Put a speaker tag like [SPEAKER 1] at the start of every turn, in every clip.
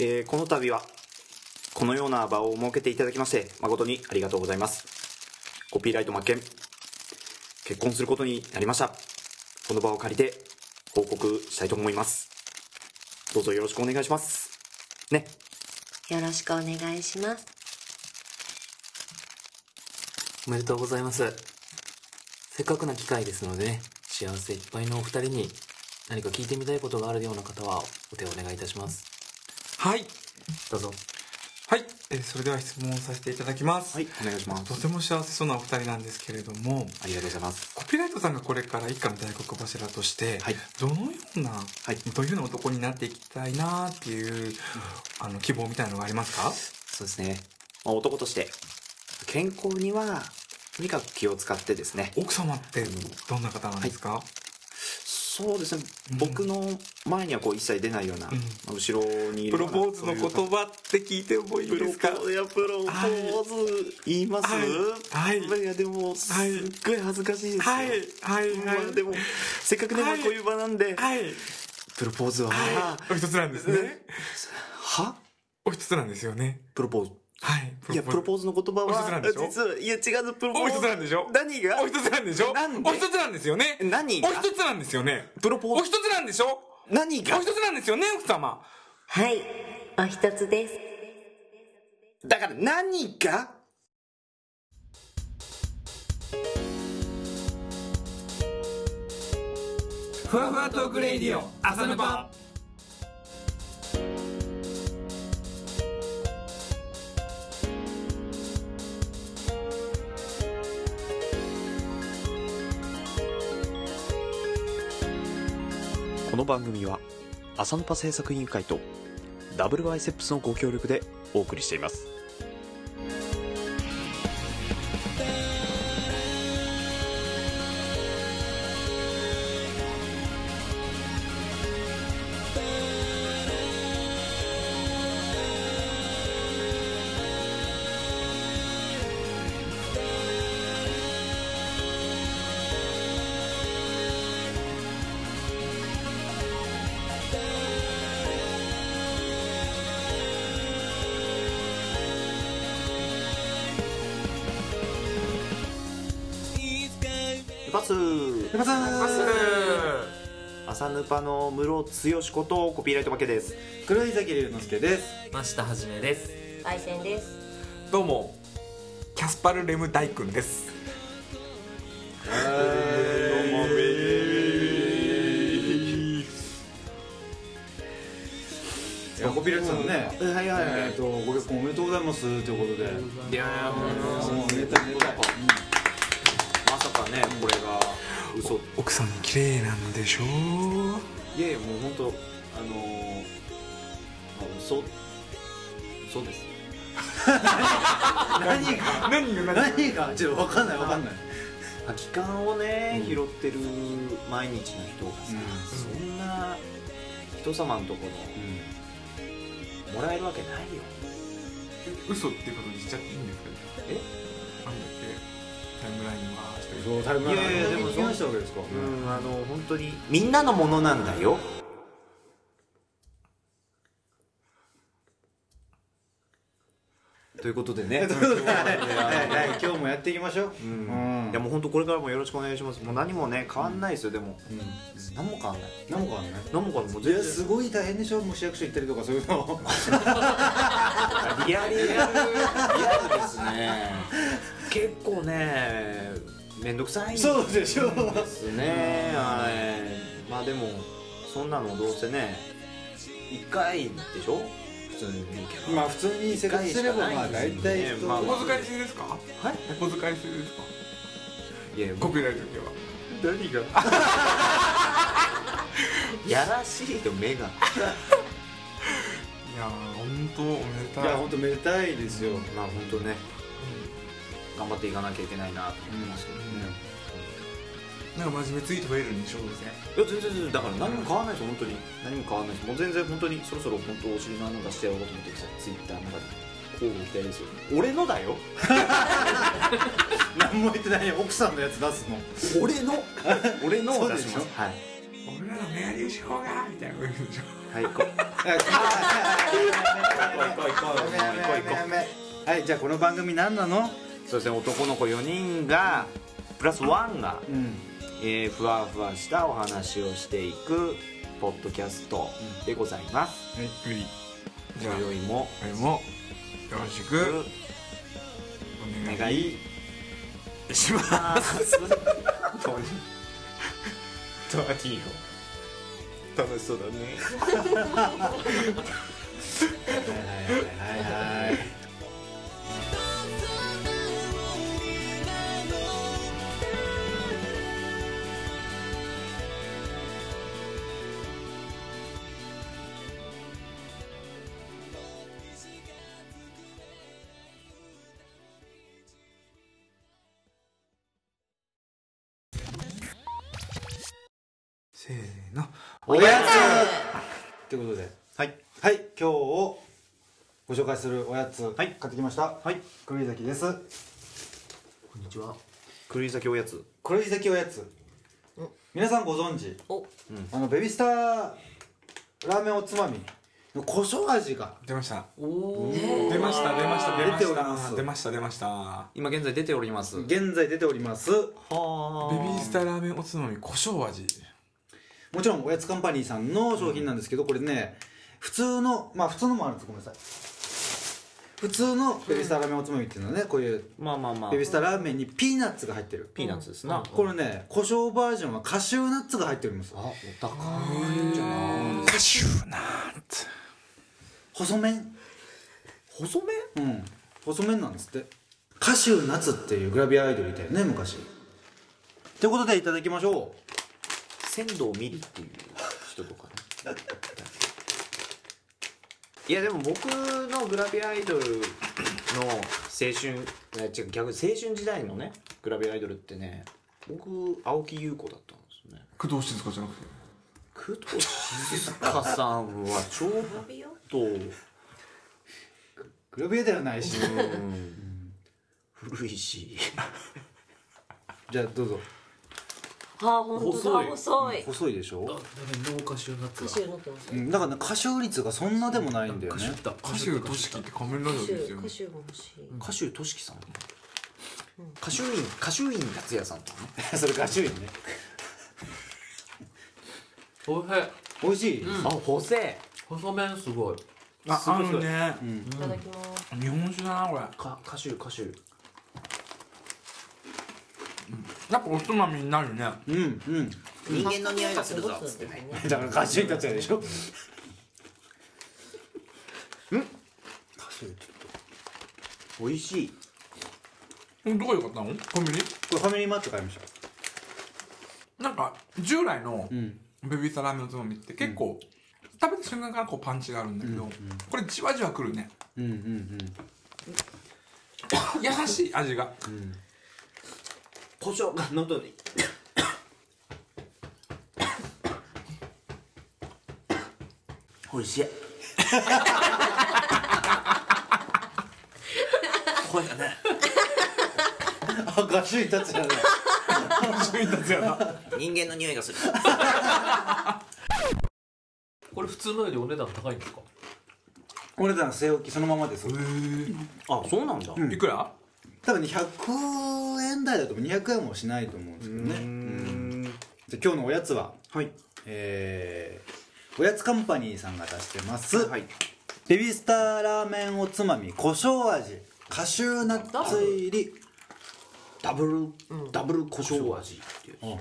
[SPEAKER 1] えーこの度はこのような場を設けていただきまして誠にありがとうございますコピーライト真剣結婚することになりましたこの場を借りて報告したいと思いますどうぞよろしくお願いしますね
[SPEAKER 2] よろしくお願いします
[SPEAKER 3] おめでとうございますせっかくな機会ですのでね幸せいっぱいのお二人に何か聞いてみたいことがあるような方はお手をお願いいたします
[SPEAKER 4] はい。
[SPEAKER 3] どうぞ
[SPEAKER 4] はい。えーそれでは質問させていただきます。
[SPEAKER 1] はいお願いします
[SPEAKER 4] とても幸せそうなお二人なんですけれども、
[SPEAKER 1] ありがとうございます
[SPEAKER 4] コピーライトさんがこれから一家の大黒柱として、
[SPEAKER 1] はい
[SPEAKER 4] どのような、
[SPEAKER 1] はい
[SPEAKER 4] どういうような男になっていきたいなっていう、あの、希望みたいなのがありますか
[SPEAKER 1] そうですね、まあ、男として健康にはとにかく気を使ってですね
[SPEAKER 4] 奥様ってどんな方なんですか、
[SPEAKER 1] そうですね、
[SPEAKER 4] うん
[SPEAKER 1] 僕の前にはこう一切出ないような、
[SPEAKER 4] うん
[SPEAKER 1] まあ後ろにい
[SPEAKER 4] プ
[SPEAKER 1] るよ
[SPEAKER 4] ロ
[SPEAKER 1] うな
[SPEAKER 4] ポーズの言
[SPEAKER 1] そういう
[SPEAKER 4] 葉って聞いてもいい
[SPEAKER 1] プロ
[SPEAKER 4] ですか
[SPEAKER 1] ポーズいやプロポーズ言います、
[SPEAKER 4] はいはい
[SPEAKER 1] いやでもすっごい恥ずかしいですよ
[SPEAKER 4] はい、はい、
[SPEAKER 1] ま
[SPEAKER 4] は
[SPEAKER 1] あ
[SPEAKER 4] い。
[SPEAKER 1] でもせっかくね、
[SPEAKER 4] はい
[SPEAKER 1] まあこういう場なんで、
[SPEAKER 4] はい、
[SPEAKER 1] プロポーズは、
[SPEAKER 4] はい。お一つなんですね。
[SPEAKER 1] は
[SPEAKER 4] お一つなんですよね。
[SPEAKER 1] プロポーズ
[SPEAKER 4] はい。
[SPEAKER 1] いやプロポーズの言葉
[SPEAKER 4] お一つな
[SPEAKER 1] は
[SPEAKER 4] んでしょ
[SPEAKER 1] 実はいや違うプロポ
[SPEAKER 4] お
[SPEAKER 1] ー
[SPEAKER 4] 一
[SPEAKER 1] ズ
[SPEAKER 4] つなんでしょ
[SPEAKER 1] 何が
[SPEAKER 4] お一つなんでしょ
[SPEAKER 1] なんで
[SPEAKER 4] お一つなんですよね
[SPEAKER 1] 何
[SPEAKER 4] お
[SPEAKER 1] が
[SPEAKER 4] 一つなんですよね
[SPEAKER 1] プロポ
[SPEAKER 4] お
[SPEAKER 1] ーズ
[SPEAKER 4] 一つなんでしょ
[SPEAKER 1] 何
[SPEAKER 4] お
[SPEAKER 1] が
[SPEAKER 4] 一つなんですよね奥様
[SPEAKER 2] はいお一つです
[SPEAKER 1] だから何が
[SPEAKER 4] ふわふわトークレイディオ朝のパ
[SPEAKER 1] この番組は朝のパ制作委員会とダブルバイセップスのご協力でお送りしていますパスパス朝ヌパの室剛ことコピーライト負けです
[SPEAKER 5] 黒井崎龍之介です
[SPEAKER 3] 真下はじめです
[SPEAKER 2] 焙煎です
[SPEAKER 4] どうもキャスパルレム大君です
[SPEAKER 5] いやコピーライトさんのね
[SPEAKER 1] はいはい
[SPEAKER 5] えっとご結婚おめでとうございますということで
[SPEAKER 3] いや
[SPEAKER 5] もう寝た寝た
[SPEAKER 1] まさかねこれが嘘
[SPEAKER 4] 奥さん綺麗なんでしょ
[SPEAKER 5] いやいやもう本当あのー
[SPEAKER 1] あ嘘そうです
[SPEAKER 5] 何が
[SPEAKER 4] 何が何
[SPEAKER 5] 何がちょっと分かんない分かんない
[SPEAKER 1] 空き缶をね、拾ってる毎日の人がさ、そんな人様のところもらえるわけないよ
[SPEAKER 4] 嘘っていうことにしちゃっていいんですかえなんだっけタイムラインはして
[SPEAKER 5] そうタイムライン
[SPEAKER 1] いやいやでも
[SPEAKER 5] 聞きましたわけですか
[SPEAKER 1] うんあの本当にみんなのものなんだよということで ね、
[SPEAKER 5] はいはい今日もやっていきましょううん
[SPEAKER 1] いやもう本当これからもよろしくお願いしますもう何もね変わんないですよでも、
[SPEAKER 5] うん
[SPEAKER 1] 何も変わんない
[SPEAKER 5] 何もかね
[SPEAKER 1] 何も変わんないもう
[SPEAKER 5] い
[SPEAKER 1] 全
[SPEAKER 5] や
[SPEAKER 1] 然
[SPEAKER 5] すごい大変でしょもう市役所行ったりとかそういうの
[SPEAKER 1] リアルリアルリアルですね結構ねめんどくさいんです
[SPEAKER 5] そうでしょ
[SPEAKER 1] ねはいまあでもそんなのどうせね1回でしょ普通に行けば
[SPEAKER 5] まあ普通に生活すればまあ大体人
[SPEAKER 1] まあ
[SPEAKER 4] お
[SPEAKER 1] ま
[SPEAKER 4] 小遣い制ですか
[SPEAKER 1] はい
[SPEAKER 4] お小遣い制ですか
[SPEAKER 1] いや
[SPEAKER 4] コピーライト今日は
[SPEAKER 1] 何が やらしいと目が
[SPEAKER 4] いやー本当おめでた
[SPEAKER 5] いや本当めでたいですよ
[SPEAKER 1] まあ本当ね頑張っていかなきゃいけないなと思いますけどね、
[SPEAKER 4] なんか真面目ツイート増えるんでしょどう
[SPEAKER 1] い
[SPEAKER 4] せ
[SPEAKER 1] や全然全然だから何も変わらないですよ本当に何も変わらないですもう全然本当にそろそろ本当お尻の穴出してやろうと思ってさツイッターの中で交互期待ですよ俺のだよ
[SPEAKER 5] 何も言ってない奥さんのやつ出すの
[SPEAKER 1] 俺の俺のを
[SPEAKER 5] そう
[SPEAKER 1] 出
[SPEAKER 5] で
[SPEAKER 1] し
[SPEAKER 5] し
[SPEAKER 1] ま
[SPEAKER 5] ょ
[SPEAKER 1] すはい
[SPEAKER 4] 俺らのメアリーしようがみたいなこと言うんでしょ
[SPEAKER 1] はいこ
[SPEAKER 5] はいじゃあこの番組何なの
[SPEAKER 1] そうですね男の子4人がプラスワンが、
[SPEAKER 5] うん
[SPEAKER 1] えーふわふわしたお話をしていくポッドキャストでございます、
[SPEAKER 4] はい無理じゃあ
[SPEAKER 1] 今宵も
[SPEAKER 4] これもよろしく
[SPEAKER 1] お
[SPEAKER 4] お願
[SPEAKER 1] 願
[SPEAKER 4] い
[SPEAKER 1] いします
[SPEAKER 4] トニートニーを楽しそうだね
[SPEAKER 5] はいはい
[SPEAKER 4] せーの
[SPEAKER 5] おやつってことで
[SPEAKER 1] はい
[SPEAKER 5] はい今日をご紹介するおやつ
[SPEAKER 1] はい
[SPEAKER 5] 買ってきました
[SPEAKER 1] はい
[SPEAKER 5] 黒井崎です
[SPEAKER 3] こんにちは。
[SPEAKER 1] 狂い咲きおやつ
[SPEAKER 5] 黒井崎おやつ皆さんご存知
[SPEAKER 2] お、
[SPEAKER 5] あのベビースターラーメンおつまみの胡椒味が
[SPEAKER 4] 出ました
[SPEAKER 3] おお。
[SPEAKER 4] 出ました出ました出ま
[SPEAKER 5] 出
[SPEAKER 4] し
[SPEAKER 5] ております
[SPEAKER 4] た出ました出ました
[SPEAKER 1] 今現在出ておりますは
[SPEAKER 5] 現在出ております
[SPEAKER 1] あ
[SPEAKER 4] ベビースターラーメンおつまみ胡椒味
[SPEAKER 5] もちろんおやつカンパニーさんの商品なんですけど、これね普通のまあ普通のもあるんですごめんなさい普通のベビースターラーメンおつまみっていうのはねこういう
[SPEAKER 1] まあまあまあ
[SPEAKER 5] ベビースターラーメンにピーナッツが入ってる
[SPEAKER 1] ピーナッツですな、
[SPEAKER 5] これね胡椒バージョンはカシューナッツが入っております
[SPEAKER 3] あ、お高いんじゃない。
[SPEAKER 4] カシューナッツ
[SPEAKER 5] 細麺
[SPEAKER 1] 細麺
[SPEAKER 5] うん細麺なんですってカシューナッツっていうグラビアアイドルいたよね昔ということでいただきましょう
[SPEAKER 1] 仙道ミリっていう人とかねいやでも僕のグラビアアイドルの青春え違う逆に青春時代のねグラビアアイドルってね僕青木優子だったんですよね
[SPEAKER 4] 工藤静香じゃなくて
[SPEAKER 1] 工藤静香さんはちょっと
[SPEAKER 5] グラビアではない し
[SPEAKER 1] うん古いし
[SPEAKER 5] じゃあどうぞ
[SPEAKER 2] あ、本当だ、
[SPEAKER 3] 細い
[SPEAKER 2] 細い。
[SPEAKER 5] 細いでし
[SPEAKER 3] あ、だ
[SPEAKER 5] ょ、
[SPEAKER 3] めどうかしゅうなつ。
[SPEAKER 2] 歌手になってます
[SPEAKER 5] う
[SPEAKER 2] ね。
[SPEAKER 5] ん、だからね歌唱率がそんなでもないんだよ
[SPEAKER 3] 歌
[SPEAKER 5] ね
[SPEAKER 3] 手だ。
[SPEAKER 4] 歌手としきって仮面ラ
[SPEAKER 2] 歌
[SPEAKER 4] イダー
[SPEAKER 2] 手、
[SPEAKER 4] ですよ
[SPEAKER 2] 歌
[SPEAKER 4] ね
[SPEAKER 2] 手が欲しい。
[SPEAKER 1] 歌手としきさん歌手員歌手員達也さんとかね
[SPEAKER 5] それ歌唱率ね
[SPEAKER 3] おいしい。
[SPEAKER 5] 美味しい、
[SPEAKER 1] あ細え
[SPEAKER 3] 細麺すごい。
[SPEAKER 4] あ合うね
[SPEAKER 2] いただきます。
[SPEAKER 4] 日本酒だなこれ
[SPEAKER 1] か歌手歌手
[SPEAKER 4] やっぱおつまみになるね
[SPEAKER 5] うんうん
[SPEAKER 1] 人間の匂いがするぞっつってね
[SPEAKER 5] だから歌手に立つやでしょうん歌手ちょっ
[SPEAKER 1] 美味しい
[SPEAKER 4] どこで買ったのコンビニ
[SPEAKER 5] とこれファミリーマート買いました
[SPEAKER 4] なんか従来の
[SPEAKER 5] ん
[SPEAKER 4] ベビースターラーメンのおつまみって結構、食べた瞬間からこうパンチがあるんだけど、これじわじわくるね
[SPEAKER 5] うんうんうん
[SPEAKER 4] 優しい味が、
[SPEAKER 1] 胡椒が喉に美味しい声がね
[SPEAKER 5] あガシュイタツヤだ
[SPEAKER 1] 人間の匂いがする
[SPEAKER 3] これ普通のよりお値段高いんですか。
[SPEAKER 5] 俺らの据え置きそのままです
[SPEAKER 1] あそうなんだ、
[SPEAKER 4] いくら
[SPEAKER 5] 多分ね100円台だと200円もしないと思うんですけどねうんで今日のおやつは
[SPEAKER 1] はい
[SPEAKER 5] えーおやつカンパニーさんが出してます、
[SPEAKER 1] はい
[SPEAKER 5] ベビースターラーメンおつまみ胡椒味カシューナッツ入り
[SPEAKER 1] ダブル、ダブル胡椒味っていう、ね、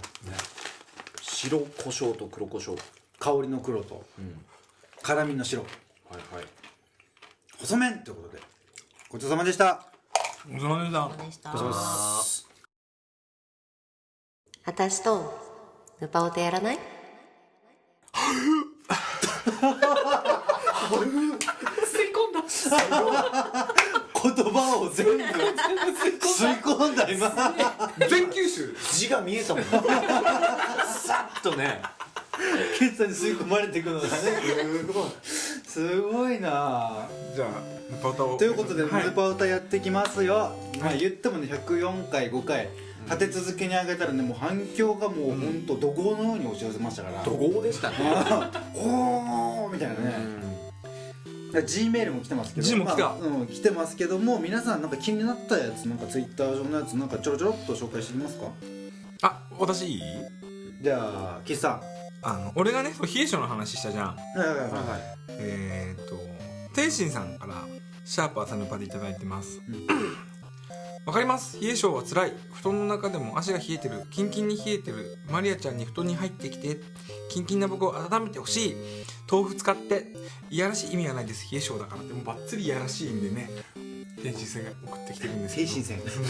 [SPEAKER 1] 白胡椒と黒胡椒
[SPEAKER 5] 香りの黒と、辛みの白
[SPEAKER 1] はいはい
[SPEAKER 5] 細麺ということでごちそうさまでした
[SPEAKER 4] おつまみだ
[SPEAKER 2] お疲れ様でした。あたしと、ヌパオテやらない
[SPEAKER 5] 言葉を全部吸い込んだ今
[SPEAKER 4] 全九州
[SPEAKER 1] 字が見えたもんさっとね
[SPEAKER 5] ケツさんに吸い込まれていくのがねすごいな
[SPEAKER 4] じゃあバターを
[SPEAKER 5] ということで「
[SPEAKER 4] は
[SPEAKER 5] ヌ
[SPEAKER 4] い
[SPEAKER 5] ルパ歌やってきますよ、まあ、言ってもね104回5回立て続けに上げたらねもう反響がもうほんと怒号のように押し寄せましたから
[SPEAKER 1] 怒号でしたね
[SPEAKER 5] あーほーみたいなね G メールも来てますけど
[SPEAKER 4] G も来た
[SPEAKER 5] まあうん、来てますけども皆さんなんか気になったやつなんかツイッター上のやつなんかちょろちょろっと紹介してみますか
[SPEAKER 4] あ私いい
[SPEAKER 5] じゃあ岸さん
[SPEAKER 4] あの俺がねそう冷え性の話したじゃん
[SPEAKER 5] はいはいはい
[SPEAKER 4] えーっ、と天心さんからシャープ朝ヌパでいただいてます
[SPEAKER 5] うん
[SPEAKER 4] わかります冷え性はつらい布団の中でも足が冷えてるキンキンに冷えてるマリアちゃんに布団に入ってきてキンキンな僕を温めてほしい豆腐使っていやらしい意味はないです冷え性だからでもバッツリいやらしい意味でね天心さんが送ってきてるんですけ
[SPEAKER 5] 精
[SPEAKER 4] ど
[SPEAKER 5] 神線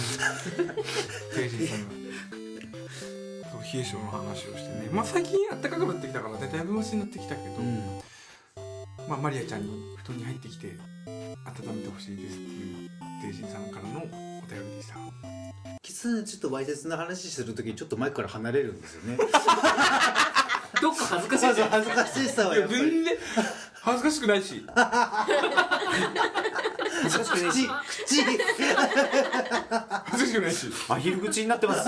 [SPEAKER 4] 定時さんがそう冷え性の話をしてねまあ最近暖かくなってきたからねだいぶマシになってきたけど、
[SPEAKER 5] うん
[SPEAKER 4] まあ、マリアちゃんに布団に入ってきて温めてほしいですっていう定人さんからのお便りでした
[SPEAKER 5] 岸さんちょっとわいせつな話するときにちょっとマイクから離れるんですよね
[SPEAKER 3] どっか恥ずか し
[SPEAKER 5] そう
[SPEAKER 3] いじ
[SPEAKER 5] そう
[SPEAKER 3] ゃん
[SPEAKER 5] 恥ずかしさはやっぱり
[SPEAKER 4] 然恥ずかしくないし
[SPEAKER 5] 恥ずかしくないし口口
[SPEAKER 4] 恥ずかしくないし
[SPEAKER 1] アヒル口になってます。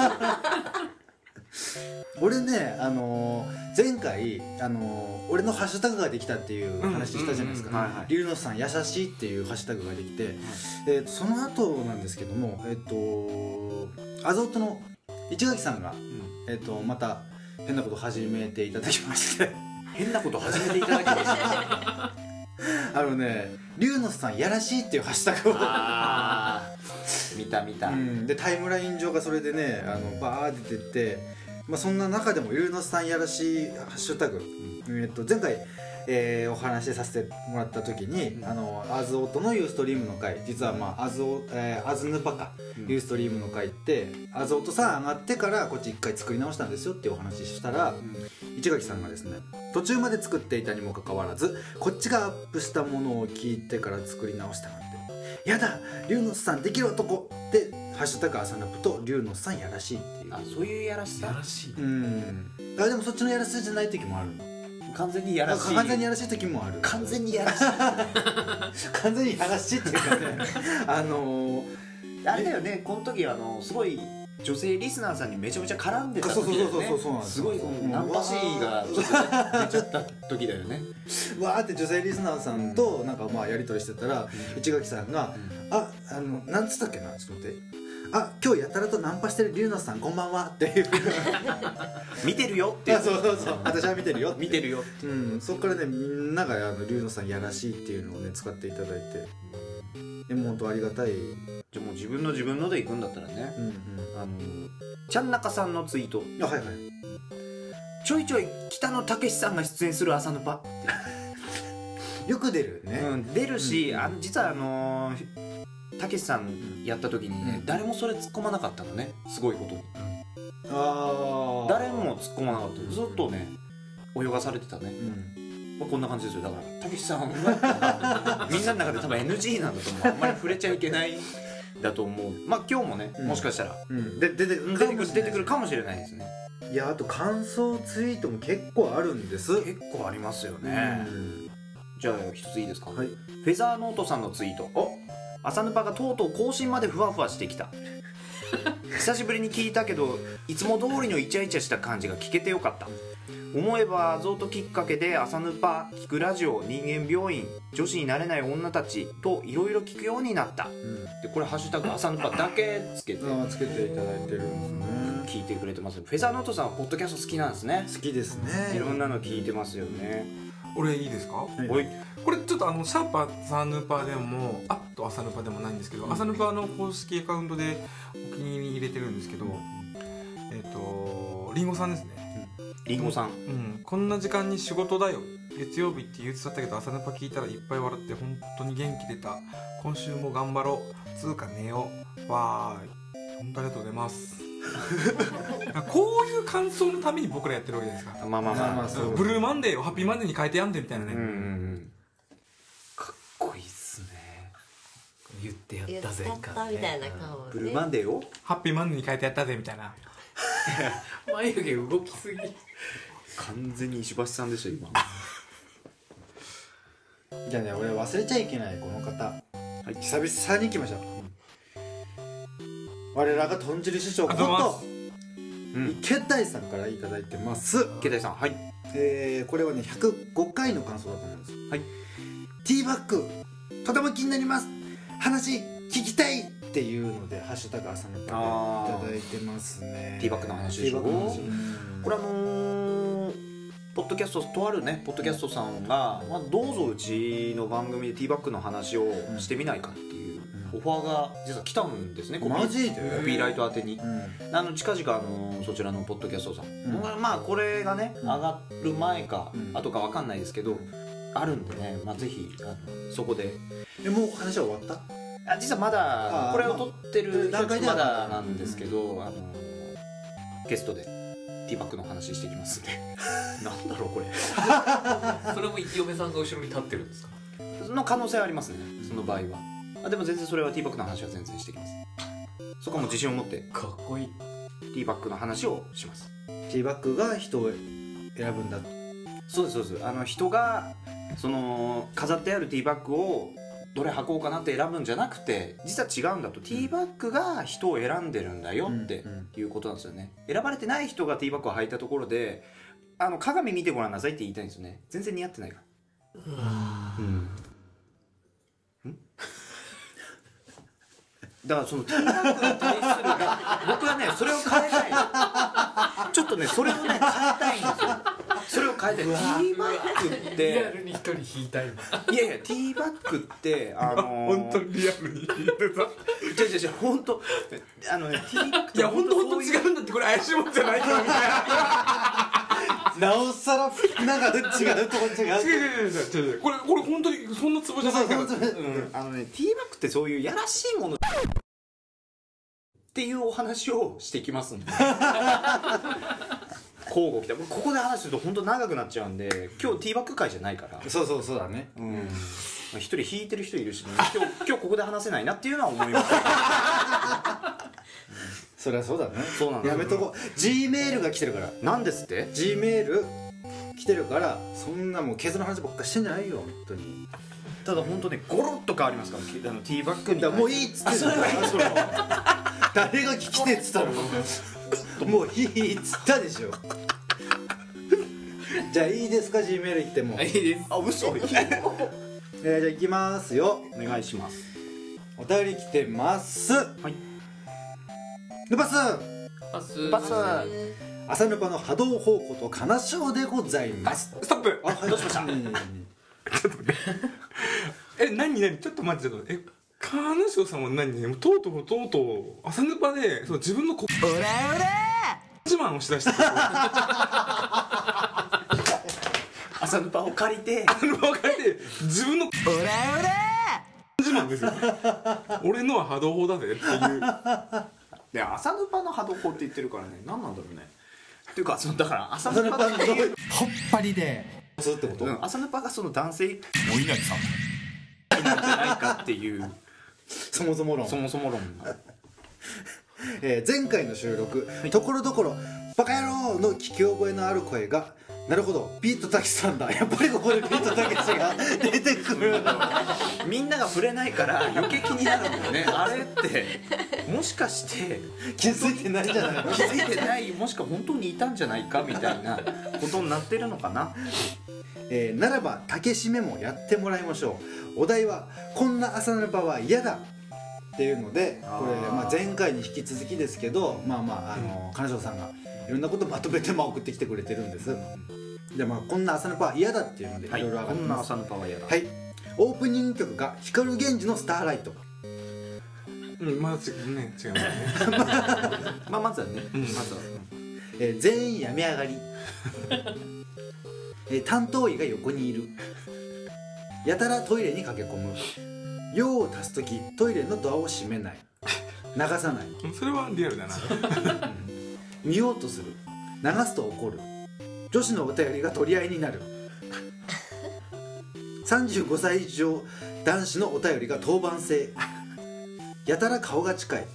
[SPEAKER 5] 俺ね、あのー前回、あのー俺のハッシュタグができたっていう話したじゃないです
[SPEAKER 4] うんうんうんうん
[SPEAKER 5] か龍之介さん「優しい」っていうハッシュタグができて、えーとその後なんですけどもえっ、とアゾートの市垣さんが、えー、とまた変なこと始めていただきまして
[SPEAKER 1] 変なこと始めていただきました。
[SPEAKER 5] あのね「龍之介さんやらしい」っていうハッシュタグを
[SPEAKER 1] あー 見た見た。
[SPEAKER 5] うん、でタイムライン上がそれでねあのバーって出てって、まあ、そんな中でも龍之介さんやらしいハッシュタグ、えっと、前回、えーお話しさせてもらった時に、あのアズオートのユーストリームの回実は、まあアズオえーアズヌパか、ユーストリームの回ってアズオートさん上がってからこっち一回作り直したんですよっていうお話ししたら、市垣さんがですね途中まで作っていたにもかかわらずこっちがアップしたものを聞いてから作り直したなんてやだ龍之介さんできる男で「ハッシュタグ朝ラップ」と「龍之介さんやらしい」っていう
[SPEAKER 1] あ、そういうやらしさ。
[SPEAKER 4] しい
[SPEAKER 5] うんあでもそっちのやらしいじゃない時もある
[SPEAKER 1] 完全にやらしい。
[SPEAKER 5] 完全にやらしい時もある
[SPEAKER 1] 完全にやらしい。
[SPEAKER 5] 完全にやらしいっていうかねあのー
[SPEAKER 1] あれだよね、この時あのすごい女性リスナーさんにめちゃめちゃ絡んでた時だよ
[SPEAKER 5] そうそうそうそう
[SPEAKER 1] ね。
[SPEAKER 5] そうなんです
[SPEAKER 1] すごいこのナンパシーがちょっとね出ちゃった時だよ ね。
[SPEAKER 5] わーって女性リスナーさんとなんかまあやり取りしてたら市垣さんが「ああのなんつったっけなちょっと待ってあ今日やたらとナンパしてる龍之介さんこんばんは」っ ていう
[SPEAKER 1] 見てるよってい
[SPEAKER 5] あ
[SPEAKER 1] う。
[SPEAKER 5] そうそうそう私は見てるよって
[SPEAKER 1] 見てるよ。
[SPEAKER 5] うん、そこからねみんながあの龍之介さんやらしいっていうのをね使っていただいてでも本当ありがたい、うん
[SPEAKER 1] じゃあもう自分の自分ので行くんだったらね。
[SPEAKER 5] うん、
[SPEAKER 1] あのちゃんなかさんのツイート。
[SPEAKER 5] あはいはい
[SPEAKER 1] ちょいちょい北野武さんが出演する朝のパ。
[SPEAKER 5] よく出るね、
[SPEAKER 1] うん、出るし、
[SPEAKER 5] うん
[SPEAKER 1] あの実はあのーたけしさんやった時にね、
[SPEAKER 5] うん
[SPEAKER 1] 誰もそれ突っ込まなかったのねすごいことに
[SPEAKER 5] ああ
[SPEAKER 1] 誰も突っ込まなかった
[SPEAKER 5] うん
[SPEAKER 1] ずっとね泳がされてたね
[SPEAKER 5] う、ん
[SPEAKER 1] まあ、こんな感じですよだからたけしさんはみんなの中で多分 NG なんだと思うあんまり触れちゃいけないだと思うまあ今日もね
[SPEAKER 5] うん
[SPEAKER 1] もしかしたら、
[SPEAKER 5] うん、で出て
[SPEAKER 1] うん出てくる出てくるかもしれないですね
[SPEAKER 5] いやあと感想ツイートも結構あるんです
[SPEAKER 1] 結構ありますよね、
[SPEAKER 5] うん
[SPEAKER 1] じゃあ一ついいですか、
[SPEAKER 5] はい
[SPEAKER 1] フェザーノートさんのツイートお朝ぬぱがとうとう更新までふわふわしてき た久しぶりに聞いたけどいつも通りのイチャイチャした感じが聞けてよかった思えばゾートきっかけで朝ぬぱ聞くラジオ人間病院女子になれない女たちといろいろ聞くようになったでこれ「ハッシュタグ朝ぬぱ」だけつけて
[SPEAKER 5] うん、あーつけていただいてるんですね
[SPEAKER 1] 聞いてくれてますフェザーノートさんはポッドキャスト好きなんですね
[SPEAKER 5] 好きですね
[SPEAKER 1] いろんなの聞いてますよね
[SPEAKER 4] 俺いいですか
[SPEAKER 5] い
[SPEAKER 1] おい
[SPEAKER 4] これちょっとあのシャーパーサヌパでもあとアサヌパでもないんですけど、アサヌパの公式アカウントでお気に入り入れてるんですけど、えっ、とリンゴさんですね
[SPEAKER 1] りんごさん
[SPEAKER 4] うん、こんな時間に仕事だよ月曜日って憂鬱だったけど朝ネパ聞いたらいっぱい笑って本当に元気出た今週も頑張ろうつうか寝ようわーい本当ありがとうございます こういう感想のために僕らやってるわけじゃないですか
[SPEAKER 1] まあまあ
[SPEAKER 5] まあ
[SPEAKER 1] ま
[SPEAKER 5] ま
[SPEAKER 1] あ
[SPEAKER 5] あそう
[SPEAKER 4] ブルーマンデーをハッピーマンデーに変えてやんでみたいなね、
[SPEAKER 1] かっこいいっすね
[SPEAKER 3] 言ってや
[SPEAKER 2] 言
[SPEAKER 3] っ
[SPEAKER 2] った
[SPEAKER 3] たぜ
[SPEAKER 2] ったみたいな顔
[SPEAKER 1] ブルーマ ンデーを
[SPEAKER 4] ハッピーマンデーに変えてやったぜみたいな
[SPEAKER 3] 眉毛動きすぎ
[SPEAKER 1] 完全に石橋さんでした今
[SPEAKER 5] じゃあね俺忘れちゃいけないこの方、はい、久々に来ました、我らが豚汁師匠こ
[SPEAKER 4] あ
[SPEAKER 5] と
[SPEAKER 4] りがとうございます
[SPEAKER 1] うん
[SPEAKER 5] 池谷さんから頂いただいてます、
[SPEAKER 1] 池谷さんはい
[SPEAKER 5] えーこれはね105回の感想だと思うんです
[SPEAKER 1] はい
[SPEAKER 5] ティーバッグとても気になります話聞きたいっていうのでハッシュタグ朝ネタ
[SPEAKER 1] あー
[SPEAKER 5] でいただいてますね
[SPEAKER 1] ティーバッグの話
[SPEAKER 5] テ
[SPEAKER 1] で
[SPEAKER 5] ィ
[SPEAKER 1] し
[SPEAKER 5] ー
[SPEAKER 1] ょ
[SPEAKER 5] バッグの話
[SPEAKER 1] これあのーポッドキャストとあるねポッドキャストさんが、まあ、どうぞうちの番組でティーバッグの話をしてみないかっていうオファーが実は来たんですねコピー
[SPEAKER 5] マジで
[SPEAKER 1] コピーライト宛てに
[SPEAKER 5] うん
[SPEAKER 1] あの近々あのそちらのポッドキャストさん、
[SPEAKER 5] うん
[SPEAKER 1] まあまあこれがね、
[SPEAKER 5] うん
[SPEAKER 1] 上がる前か、
[SPEAKER 5] うん
[SPEAKER 1] 後かわかんないですけどあるんでね、まあ、ぜひあのそこで
[SPEAKER 5] えもう話は終わった
[SPEAKER 1] あ実はまだ
[SPEAKER 5] あー
[SPEAKER 1] これを撮ってる
[SPEAKER 5] まあ
[SPEAKER 1] 段階
[SPEAKER 5] 段階で
[SPEAKER 1] ま
[SPEAKER 5] は
[SPEAKER 1] だなんですけど、あのゲストでティーバックの話してきますん でなんだろうこれ
[SPEAKER 3] それも嫁さんが後ろに立ってるんですか
[SPEAKER 1] の可能性はありますねその場合はあでも全然それはティーバックの話は全然してきますそこはもう自信を持って
[SPEAKER 3] かっこいい
[SPEAKER 1] ティーバックの話をします
[SPEAKER 5] ティーバッグが人を選ぶんだって
[SPEAKER 1] そうですそうですあの人がその飾ってあるティーバッグをどれ履こうかなって選ぶんじゃなくて実は違うんだと、ティーバッグが人を選んでるんだよって
[SPEAKER 5] うんうん
[SPEAKER 1] いうことなんですよね、選ばれてない人がティーバッグを履いたところであの鏡見てごらんなさいって言いたいんですよね全然似合ってないからうん だからそのティーバッグに対する僕はねそれを変えたいちょっとねそれをね変えたいんですよそれを変えたいティーバッグって
[SPEAKER 3] リアルに一人引いたい
[SPEAKER 1] いやいや、ティーバッグって、あのー、
[SPEAKER 4] 本当にリアルに聞いてた
[SPEAKER 1] 違う違う違う、本当、あのね、ティーバッグっ
[SPEAKER 4] い
[SPEAKER 1] て
[SPEAKER 4] や本当本当
[SPEAKER 1] そういう
[SPEAKER 4] 違うんだってこれ怪しいもんじゃないからみたいな
[SPEAKER 5] なおさらなんか違うとこ違
[SPEAKER 4] 違う違う違う違う違うこれこれ本当にそんなツボじゃないから
[SPEAKER 1] うん、あのね、ティーバッグってそういうやらしいものっていうお話をしてきますん で。交互期待。ここで話すると本当長くなっちゃうんで、今日ティーバッグ会じゃないから。
[SPEAKER 5] そうそうそうだね
[SPEAKER 1] うん。まあ一人引いてる人いるし、ね、今 日、今日ここで話せないなっていうのは思います。
[SPEAKER 5] そりゃそうだね
[SPEAKER 1] そうなんだ
[SPEAKER 5] やめとこう G メールが来てるから
[SPEAKER 1] なんですって
[SPEAKER 5] G メール来てるからそんなもうケツの話ばっかしてんじゃないよ本当に
[SPEAKER 1] ただ本当ね、ゴロッと変わりますから、あのティーバッグに
[SPEAKER 5] だ
[SPEAKER 1] 対して。
[SPEAKER 5] からもういいっつってんだからそれは 誰が聞きてっつったのもういいっつったでしょじゃあいいですか G メール行っても、えー、じ
[SPEAKER 1] です。あ、 嘘。
[SPEAKER 5] ゃあ行きますよ
[SPEAKER 1] お願いします。
[SPEAKER 5] お便り来てますはいルパス
[SPEAKER 3] パス
[SPEAKER 1] パスは
[SPEAKER 5] 朝ルパの波動方向と金賞でございます
[SPEAKER 4] ストップ
[SPEAKER 5] あ、はい、どうしました
[SPEAKER 4] え何何ちょっと待ってちょっとえ川野翔さんは何もうとうとうとうとう朝ぬぱでそう自分のこオラオラ自慢をしだした
[SPEAKER 1] 朝の場を借りて。
[SPEAKER 4] あの別れて自分のオラオラ自慢ですよ俺のは波動砲だぜっていう
[SPEAKER 1] で、朝の場の波動砲って言ってるからね、何なんだろうね。っていうか、その、だから、朝
[SPEAKER 5] 朝
[SPEAKER 1] の
[SPEAKER 5] ル
[SPEAKER 1] 場
[SPEAKER 5] パ
[SPEAKER 1] っ
[SPEAKER 5] の
[SPEAKER 1] ていう。
[SPEAKER 5] ほっぱりでそうってこと、
[SPEAKER 1] うん、朝の場がその男性。お稲荷さん。なんじゃないかっていう、
[SPEAKER 5] そもそも論
[SPEAKER 1] そもそも論が。
[SPEAKER 5] えー前回の収録、ところどころ「バカ野郎!」の聞き覚えのある声がなるほどビートたけしさんだ やっぱりここでビートたけし が出てくる
[SPEAKER 1] みんなが触れないから、余計気になるんだよね。あれって。もしかして。
[SPEAKER 5] 気づいてないんじゃないの
[SPEAKER 1] 気づいてない、もしくは本当にいたんじゃないかみたいな。ことになってるのかな。
[SPEAKER 5] えーならば竹締めもやってもらいましょうお題は「こんな朝の場は嫌だ」っていうのでこれ、
[SPEAKER 1] あー
[SPEAKER 5] まあ、前回に引き続きですけどまあまああの金城さんがいろんなことまとめてまあ送ってきてくれてるんですでまあこんな朝の場は嫌だっていうのでい
[SPEAKER 1] は
[SPEAKER 5] ろ
[SPEAKER 1] い、
[SPEAKER 5] いろ上がって
[SPEAKER 1] こんな
[SPEAKER 5] ます
[SPEAKER 1] 朝の場は嫌だ。
[SPEAKER 5] はい、オープニング曲が光源氏の「スターライト
[SPEAKER 4] うんまだ違うね違うね
[SPEAKER 1] まあ、まずはね、
[SPEAKER 4] ん
[SPEAKER 1] まずは。」
[SPEAKER 5] えー全員病み上がり」えー担当医が横にいる」「やたらトイレに駆け込む」「用を足す時トイレのドアを閉めない」「流さない」
[SPEAKER 4] それはリアルだな
[SPEAKER 5] 「見ようとする」「流すと怒る」「女子のお便りが取り合いになる」35歳以上男子のお便りが当番制やたら顔が近い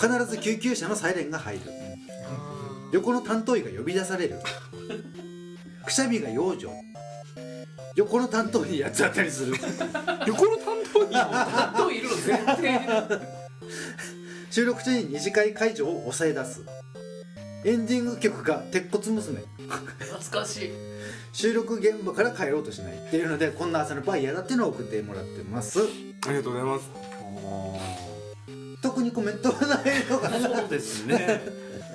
[SPEAKER 5] 必ず救急車のサイレンが入る横の担当医が呼び出されるくしゃみが養生横の担当に八つ当たりする
[SPEAKER 4] 横の担当に
[SPEAKER 3] 担当いるの前提
[SPEAKER 5] 収録中に二次会会場を押さえ出すエンディング曲が「鉄骨娘」
[SPEAKER 3] 懐かしい
[SPEAKER 5] 収録現場から帰ろうとしないっていうのでこんな朝のバイヤだっていうのを送ってもらってます
[SPEAKER 4] ありがとうございます
[SPEAKER 5] 特にコメントはないのかな、
[SPEAKER 6] そうですね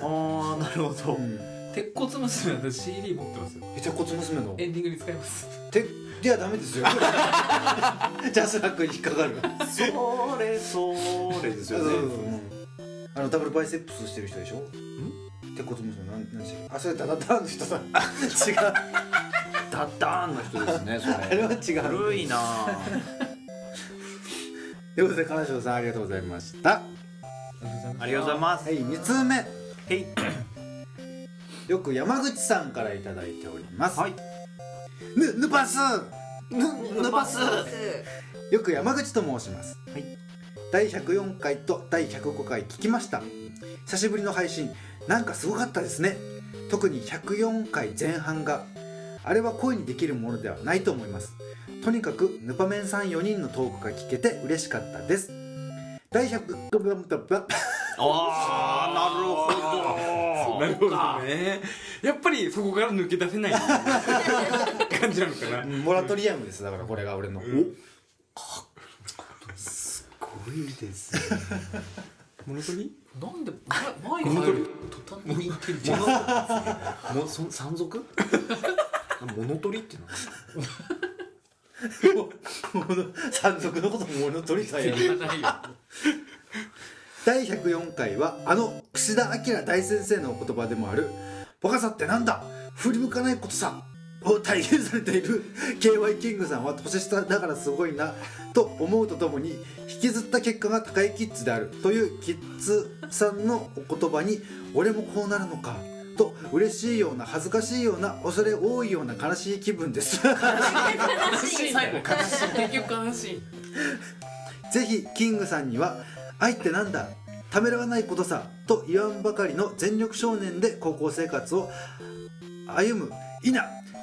[SPEAKER 6] ああなるほど、
[SPEAKER 5] うん、
[SPEAKER 6] 鉄骨娘の CD 持ってますよ
[SPEAKER 5] 鉄骨娘の
[SPEAKER 6] エンディングに使います
[SPEAKER 5] ていやダメですよ ジャスラックに引っかかる
[SPEAKER 6] それそれです
[SPEAKER 5] そうそうそうあのダブルバイセップスしてる人でしょ鉄骨娘なんなんでしたっけあそれダダダーンの人だ 違う
[SPEAKER 6] ダッダーンの人ですねそれ
[SPEAKER 5] あれは違う
[SPEAKER 6] 古いなあ
[SPEAKER 5] ということで金城さんありがとうございました
[SPEAKER 6] ありがとうございます
[SPEAKER 5] はい2通目
[SPEAKER 6] へい
[SPEAKER 5] よく山口さんからいただいております
[SPEAKER 6] はい
[SPEAKER 5] ぬぬぱす
[SPEAKER 6] ぬぬぱす
[SPEAKER 5] よく山口と申します、第104回と第105回聞きました久しぶりの配信なんかすごかったですね特に104回前半があれは声にできるものではないと思いますとにかくヌパメンさん4人のトークが聞けて嬉しかったです第100
[SPEAKER 6] ああ
[SPEAKER 4] なるほどねやっぱりそこから抜け出せない感じなのかな
[SPEAKER 5] モラトリアムですだからこれが俺 の
[SPEAKER 6] すごいですね
[SPEAKER 4] モノトリ
[SPEAKER 3] なんで前前に入る途端にってるじゃん
[SPEAKER 6] もそ山賊物取りってなんですか
[SPEAKER 5] 山賊のこともモラトリさえ
[SPEAKER 3] 言わないよ
[SPEAKER 5] 第104回はあの櫛田明大先生のお言葉でもある「若さってなんだ振り向かないことさ」を 体現されている k y キングさんは年下だからすごいなと思うとともに引きずった結果が高いキッズであるというキッズさんのお言葉に「俺もこうなるのか」と嬉しいような恥ずかしいような恐れ多いような悲しい気分です
[SPEAKER 3] 悲しい最後悲しい結局悲しい
[SPEAKER 5] ぜひキングさんには「愛ってなんだためらわないことさ」と言わんばかりの全力少年で高校生活を歩む否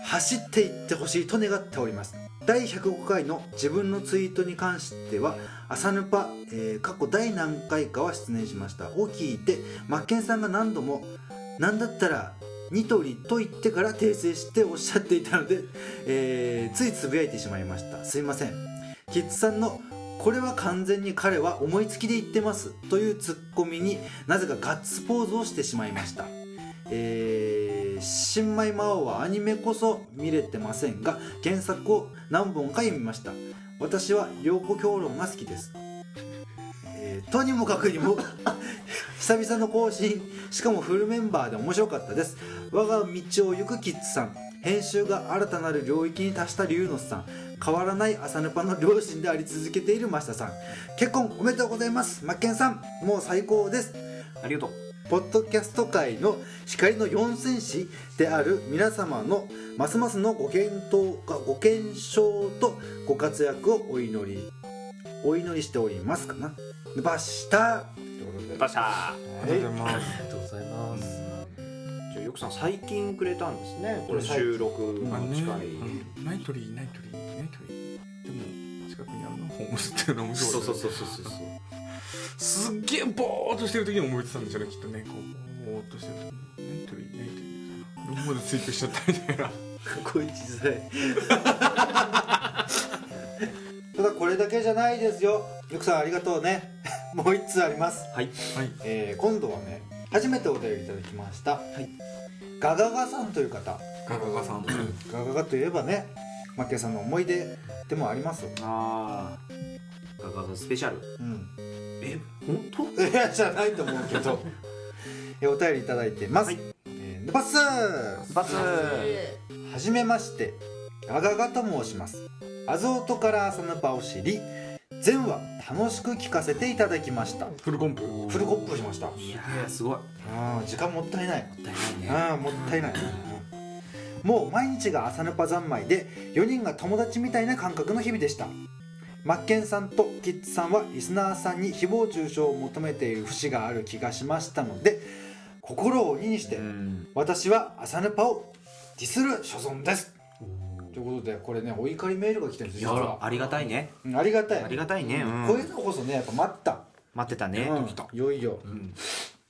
[SPEAKER 5] 走っていってほしいと願っております第105回の自分のツイートに関しては「朝ぬぱ、えー過去第何回かは出演しました」を聞いてマッケンさんが何度も「何だったらニトリと言ってから訂正しておっしゃっていたので、えーついつぶやいてしまいましたすいませんキッズさんの「これは完全に彼は思いつきで言ってます」というツッコミになぜかガッツポーズをしてしまいましたえー新米魔王はアニメこそ見れてませんが原作を何本か読みました私は陽子評論が好きです、えーとにもかくにも久々の更新しかもフルメンバーで面白かったです我が道を行くキッズさん編集が新たなる領域に達した龍之さん変わらない朝ヌパの両親であり続けている増田さん結婚おめでとうございますマッケンさんもう最高です
[SPEAKER 6] ありがとう
[SPEAKER 5] ポッドキャスト界の光の四戦士である皆様のますますのご検討がご検証とご活躍をお祈りお祈りしておりますかなぬばした
[SPEAKER 6] バシャー
[SPEAKER 4] ありがとうございます
[SPEAKER 3] ありがとうございます
[SPEAKER 6] じゃあよくさん最近くれたんですねこれ収録
[SPEAKER 4] あ
[SPEAKER 6] の
[SPEAKER 4] ね
[SPEAKER 6] 近い、
[SPEAKER 4] うんナイトリーナイトリーナイトリーでも近くにあるのホームスっていうの面白い
[SPEAKER 6] そうそう
[SPEAKER 4] う
[SPEAKER 6] そうそうそうそう
[SPEAKER 4] すっげえボーっとしてる時に思いつたんでしょうねきっとねこうぼーっとしてる時にナイトリーナイトリーどこまで追求しちゃったみたいな
[SPEAKER 5] 過去一時 代ただこれだけじゃないですよゆくさんありがとうね もう一通あります
[SPEAKER 6] はい
[SPEAKER 4] はい
[SPEAKER 5] えー今度はね初めてお便りいただきました、ガガガさんという方
[SPEAKER 4] ガガガさん
[SPEAKER 5] ガガガといえばねマッケンさんの思い出でもありますよ、
[SPEAKER 6] ああガガガスペシャル
[SPEAKER 5] うん、
[SPEAKER 6] え本当
[SPEAKER 5] いやじゃないと思うけ どえお便りいただいてます、
[SPEAKER 6] はい
[SPEAKER 5] えーヌパス
[SPEAKER 6] バス
[SPEAKER 5] はじめましてガガガと申しますアゾートから朝ヌパを知り前話楽しく聞かせていただきました
[SPEAKER 4] フルコンプ
[SPEAKER 5] フルコップしました
[SPEAKER 6] いやーすごいもっ
[SPEAKER 5] あー時間もったいない
[SPEAKER 6] たいないね
[SPEAKER 5] ああもったいないもう毎日が朝ぬぱ三昧で4人が友達みたいな感覚の日々でしたマッケンさんとキッズさんはリスナーさんに誹謗中傷を求めている節がある気がしましたので心を鬼にして
[SPEAKER 6] うん
[SPEAKER 5] 私は朝ぬぱをディスる所存ですということでこれねお怒りメールが来てるんです
[SPEAKER 6] いや
[SPEAKER 5] よ実は
[SPEAKER 6] ありがたいね
[SPEAKER 5] うんありがたい
[SPEAKER 6] ありがたいねう
[SPEAKER 5] こういうんのこそねやっぱ待った
[SPEAKER 6] 待ってたね
[SPEAKER 5] うんいよいよ、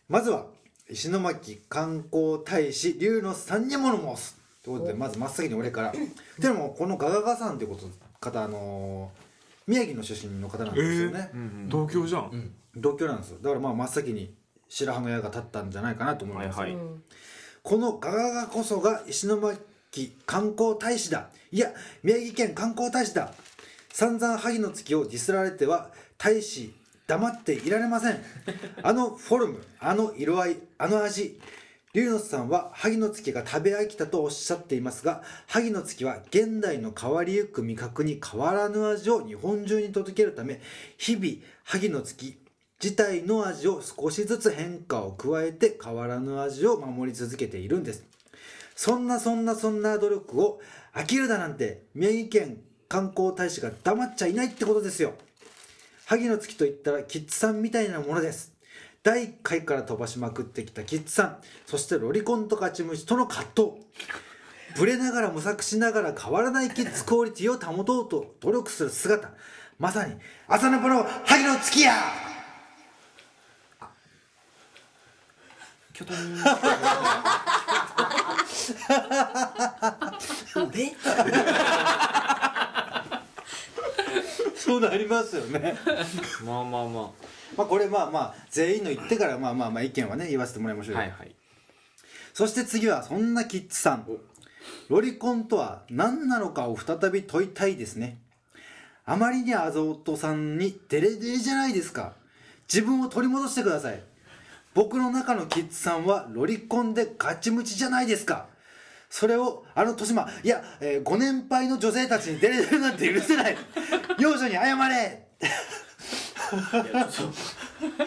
[SPEAKER 5] まずは、石巻観光大使龍之さんに物申すということでまず真っ先に俺からでもこのガガガさんってこと方あのー宮城の出身の方なんですよね、
[SPEAKER 4] 同郷じゃん、
[SPEAKER 5] 同居なんですよだからまあ真っ先に白羽の矢が立ったんじゃないかなと思います、
[SPEAKER 1] はいはい
[SPEAKER 5] このガガガこそが石巻観光大使だいや宮城県観光大使だ散々萩の月をディスられては大使黙っていられませんあのフォルムあの色合いあの味龍之介さんは萩の月が食べ飽きたとおっしゃっていますが萩の月は現代の変わりゆく味覚に変わらぬ味を日本中に届けるため日々萩の月自体の味を少しずつ変化を加えて変わらぬ味を守り続けているんですそんなそんなそんな努力を飽きるだなんて宮城県観光大使が黙っちゃいないってことですよ萩の月といったらキッズさんみたいなものです第1回から飛ばしまくってきたキッズさんそしてロリコンとカチムシとの葛藤ブレながら模索しながら変わらないキッズクオリティを保とうと努力する姿まさに朝のプロ萩の月やそうなりますよね
[SPEAKER 3] まあまあま
[SPEAKER 5] まあこれまあまあ全員の言ってからまあまあまあ意見はね言わせてもらいましょう
[SPEAKER 3] あ
[SPEAKER 5] よ、
[SPEAKER 3] はいはい
[SPEAKER 5] そして次はそんなキッズさんロリコンとは何なのかを再び問いたいですねあまりにアゾートさんにデレデレじゃないですか自分を取り戻してください僕の中のキッズさんはロリコンでガチムチじゃないですかそれをあの年まいや、えーご年配の女性たちにデレデレなんて許せない幼女に謝れ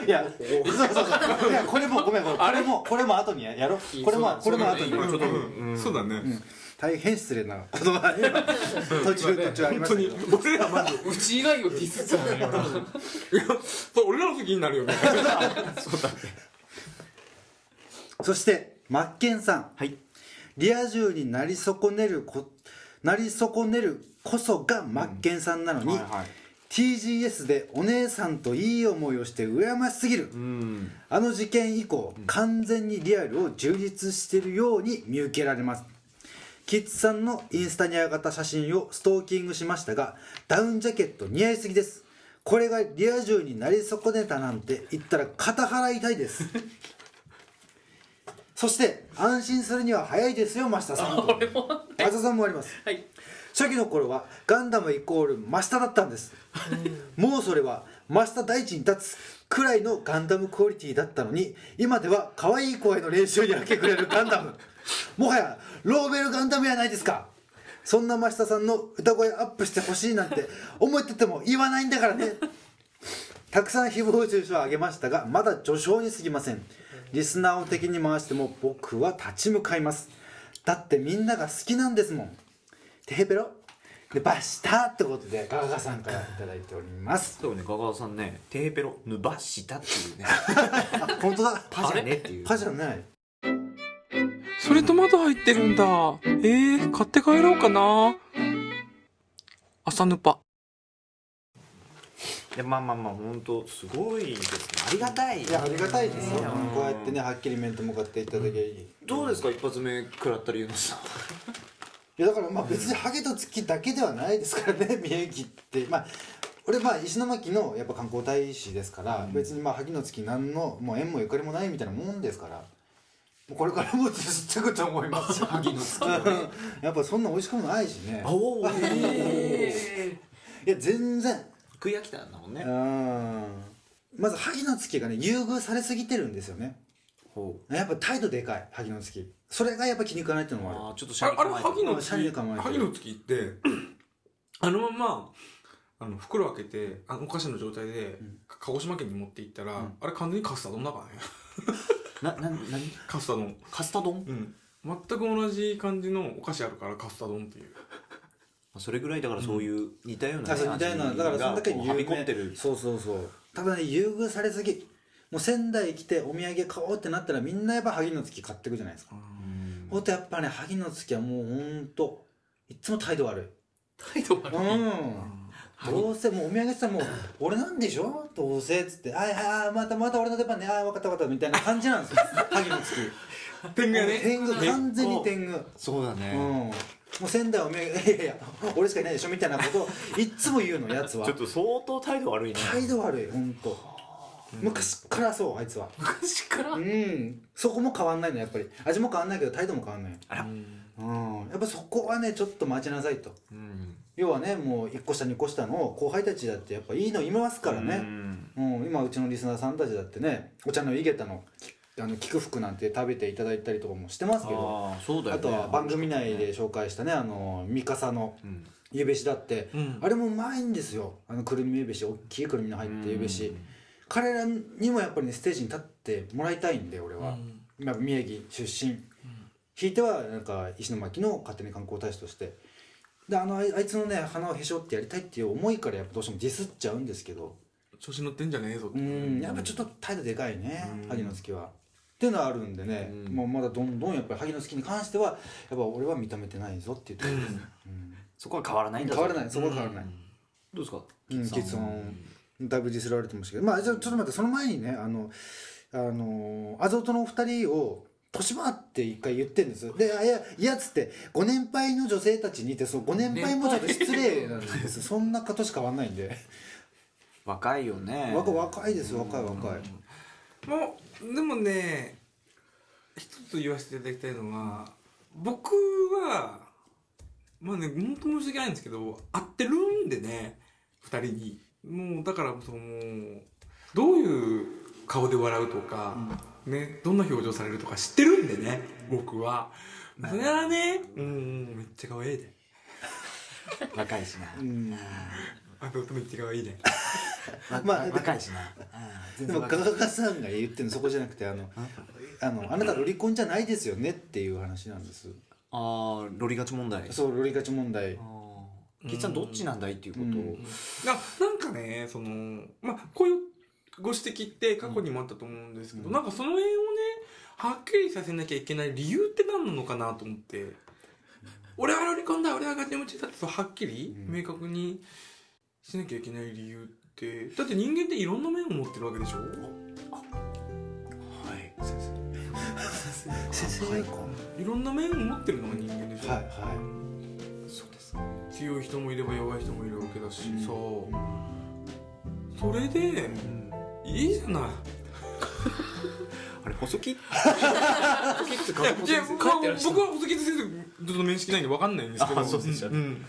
[SPEAKER 5] いや、そうそうそう。いや、これも、ごめん、ごめん、これも、これも後にやろう。これも、これも後に
[SPEAKER 4] う。んうんそうだね、
[SPEAKER 5] 大変失礼な言葉が 今途中途中あり
[SPEAKER 4] 本
[SPEAKER 5] まし
[SPEAKER 4] 当
[SPEAKER 5] たけ
[SPEAKER 4] に
[SPEAKER 5] ど。
[SPEAKER 4] 俺らまず
[SPEAKER 3] うち以外をディスっちゃうよ
[SPEAKER 4] いやそれ俺らの責任になるよね
[SPEAKER 5] そして、マッケンさん。
[SPEAKER 1] はい
[SPEAKER 5] リア充になり損ねるこ、なり損ねるこそがマッケンさんなのに、TGS でお姉さんといい思いをして羨ましすぎる。あの事件以降、完全にリアルを充実しているように見受けられます。キッズさんのインスタに上がった写真をストーキングしましたが、ダウンジャケット似合いすぎです。これがリア充になり損ねたなんて言ったら肩払いたいです。そして、安心するには早いですよ、増田さん。俺も。増田さんもあります。
[SPEAKER 3] はい
[SPEAKER 5] 初期の頃はガンダムイコール真下だったんですもうそれは真下大地に立つくらいのガンダムクオリティだったのに今では可愛い声の練習に明け暮れるガンダムもはやローベルガンダムやないですかそんな真下さんの歌声アップしてほしいなんて思ってても言わないんだからねたくさん誹謗中傷を挙げましたがまだ序章に過ぎませんリスナーを敵に回しても僕は立ち向かいますだってみんなが好きなんですもんテヘペロでバシタってことでガガガさんからいただいております
[SPEAKER 6] そうねガガワさんねテヘペロぬばしたっていう ね
[SPEAKER 5] あ本当だ
[SPEAKER 6] パじゃねっていう
[SPEAKER 5] パじゃない
[SPEAKER 4] それトマト入ってるんだえー、買って帰ろうかな朝ぬぱ
[SPEAKER 6] でまあまあまあ本当すごいですねありがたい
[SPEAKER 5] いやありがたいですよ、
[SPEAKER 6] ね
[SPEAKER 5] こうやってねはっきり面と向かっていただけいい
[SPEAKER 6] どうですか一発目食らったりゆうのさん
[SPEAKER 5] いやだからまあ別にハゲと月だけではないですからね 宮城ってまあ俺まあ石巻のやっぱ観光大使ですから、別にまあ萩の月何のもう縁もゆかりもないみたいなもんですからもうこれからもずっといくと思います よ萩の月、やっぱそんな美味しくもないしね
[SPEAKER 6] お お
[SPEAKER 5] いや全然
[SPEAKER 6] 食い飽きたんだもんね
[SPEAKER 5] うんまず萩の月がね優遇されすぎてるんですよね
[SPEAKER 6] ほう
[SPEAKER 5] やっぱ態度でかい萩の月それがやっぱ気に食わないっていうのも
[SPEAKER 6] あ
[SPEAKER 5] あ
[SPEAKER 6] ーちょっとシ
[SPEAKER 4] あ
[SPEAKER 6] ャ
[SPEAKER 4] れ
[SPEAKER 6] リ
[SPEAKER 4] あれ萩の
[SPEAKER 5] シャリ
[SPEAKER 4] 月
[SPEAKER 5] で構えてる
[SPEAKER 4] 萩の月ってあのままあの袋開けてあのお菓子の状態で、か鹿児島県に持って行ったら、あれ完全にカスタードンだからね
[SPEAKER 6] ななな
[SPEAKER 4] カスタードン
[SPEAKER 6] カスタ丼
[SPEAKER 4] うん全く同じ感じのお菓子あるからカスタードンっていう
[SPEAKER 6] それぐらいだからそういう似たよう
[SPEAKER 5] る、
[SPEAKER 6] な
[SPEAKER 5] あそうみたいなだからそのだけに
[SPEAKER 6] はみ込んでる
[SPEAKER 5] そうそうそうただね優遇されすぎもう仙台来てお土産買おうってなったらみんなやっぱ萩の月買ってくじゃないですかほんとやっぱね萩の月はもうほんといっつも態度悪い
[SPEAKER 3] 態度悪
[SPEAKER 5] う
[SPEAKER 3] い
[SPEAKER 5] んどうせもうお土産さんもう「俺なんでしょどうせ」っつって「あいあまたまた俺の出番ねああ分かった分かった」みたいな感じなんですよ萩の月
[SPEAKER 4] 天狗やね
[SPEAKER 5] 天狗完全に天狗
[SPEAKER 1] そうだ
[SPEAKER 5] うん
[SPEAKER 1] ね、
[SPEAKER 5] もう仙台お土産「いや いやいや俺しかいないでしょ」みたいなことをいっつも 言うのやつは
[SPEAKER 1] ちょっと相当態度悪いね
[SPEAKER 5] 態度悪いほんと昔からそうあいつは
[SPEAKER 7] 昔から
[SPEAKER 5] うんそこも変わんないのやっぱり味も変わんないけど態度も変わんない
[SPEAKER 1] あら
[SPEAKER 5] うんやっぱそこはねちょっと待ちなさいと
[SPEAKER 1] うん
[SPEAKER 5] 要はねもう1個下2個下の後輩たちだってやっぱいいのいますから
[SPEAKER 1] う
[SPEAKER 5] ね
[SPEAKER 1] ん
[SPEAKER 5] うん、今うちのリスナーさんたちだってねお茶の井桁のあの菊服なんて食べていただいたりとかもしてますけど
[SPEAKER 1] ああそうだ
[SPEAKER 5] あ
[SPEAKER 1] よね
[SPEAKER 5] とは番組内で紹介したねあの三笠の
[SPEAKER 1] うん
[SPEAKER 5] ゆべしだって、
[SPEAKER 4] うん
[SPEAKER 5] あれもうまいんですよあのくるみゆべし大きいくるみの入ってゆべし
[SPEAKER 1] うん
[SPEAKER 5] 彼らにもやっぱりねステージに立ってもらいたいんで俺は、まあ宮城出身、ひいてはなんか石巻の勝手に観光大使としてであのあいあいつのね鼻をへし折ってやりたいっていう思いからやっぱどうしてもディスっちゃうんですけど
[SPEAKER 4] 調子乗ってんじゃねえぞ
[SPEAKER 5] う
[SPEAKER 4] って
[SPEAKER 5] んやっぱちょっと態度でかいね萩の月は。っていうのはあるんでね、
[SPEAKER 1] うん
[SPEAKER 5] もうまだどんどんやっぱり萩の月に関してはやっぱ俺は認めてないぞっていうところです、うん
[SPEAKER 1] そこは変わらないんだ
[SPEAKER 5] 変わらないいそこは変わらない、
[SPEAKER 1] どうですか
[SPEAKER 5] うん、
[SPEAKER 1] さん
[SPEAKER 5] 結論だいぶディスられてましたけどまあじゃあちょっと待ってその前にねあのあのアゾトのお二人を年回って一回言ってるんですであいやいやっつってご年配の女性たちにってそうご年配もちょっと失礼なんですそんなことしか変わんないんで
[SPEAKER 1] 若いよね
[SPEAKER 5] 若若いですよ若い若い
[SPEAKER 4] もうでもね一つ言わせていただきたいのは僕はまあね本当申し訳ないんですけど合ってるんでね二人にもうだからそのどういう顔で笑うとか、ねどんな表情されるとか知ってるんでね僕はそれはねうんめっちゃ可愛いで
[SPEAKER 1] 若いしな
[SPEAKER 5] うん
[SPEAKER 4] あとめっちゃ可愛いで
[SPEAKER 5] まあ
[SPEAKER 1] 若いしな
[SPEAKER 5] でもガガガさんが言ってるのそこじゃなくてあのあのあなたロリコンじゃないですよねっていう話なんです
[SPEAKER 1] ああロリガチ問題
[SPEAKER 5] そうロリガチ問題
[SPEAKER 1] ケイちゃんどっちなんだいっていうことを
[SPEAKER 4] ななんかねそのまあこういうご指摘って過去にもあったと思うんですけど、
[SPEAKER 1] うん
[SPEAKER 4] なんかその辺をねはっきりさせなきゃいけない理由って何なのかなと思って俺はロリコンだ俺はガチムチだってそうはっきり
[SPEAKER 5] うん
[SPEAKER 4] 明確にしなきゃいけない理由ってだって人間っていろんな面を持ってるわけでしょ
[SPEAKER 1] はい
[SPEAKER 5] 先生はい
[SPEAKER 4] ろんな面を持ってるのが人間でし
[SPEAKER 5] い
[SPEAKER 4] ょ、
[SPEAKER 5] はい
[SPEAKER 1] そうです
[SPEAKER 4] 強い人もいれば弱い人もいるわけだし、
[SPEAKER 5] うん
[SPEAKER 4] そうそれでいいじゃない
[SPEAKER 1] あれ細木
[SPEAKER 4] いやいや僕は僕は細木先生と面識ないんで分かんないんですけど
[SPEAKER 1] あそうでしたね
[SPEAKER 4] ん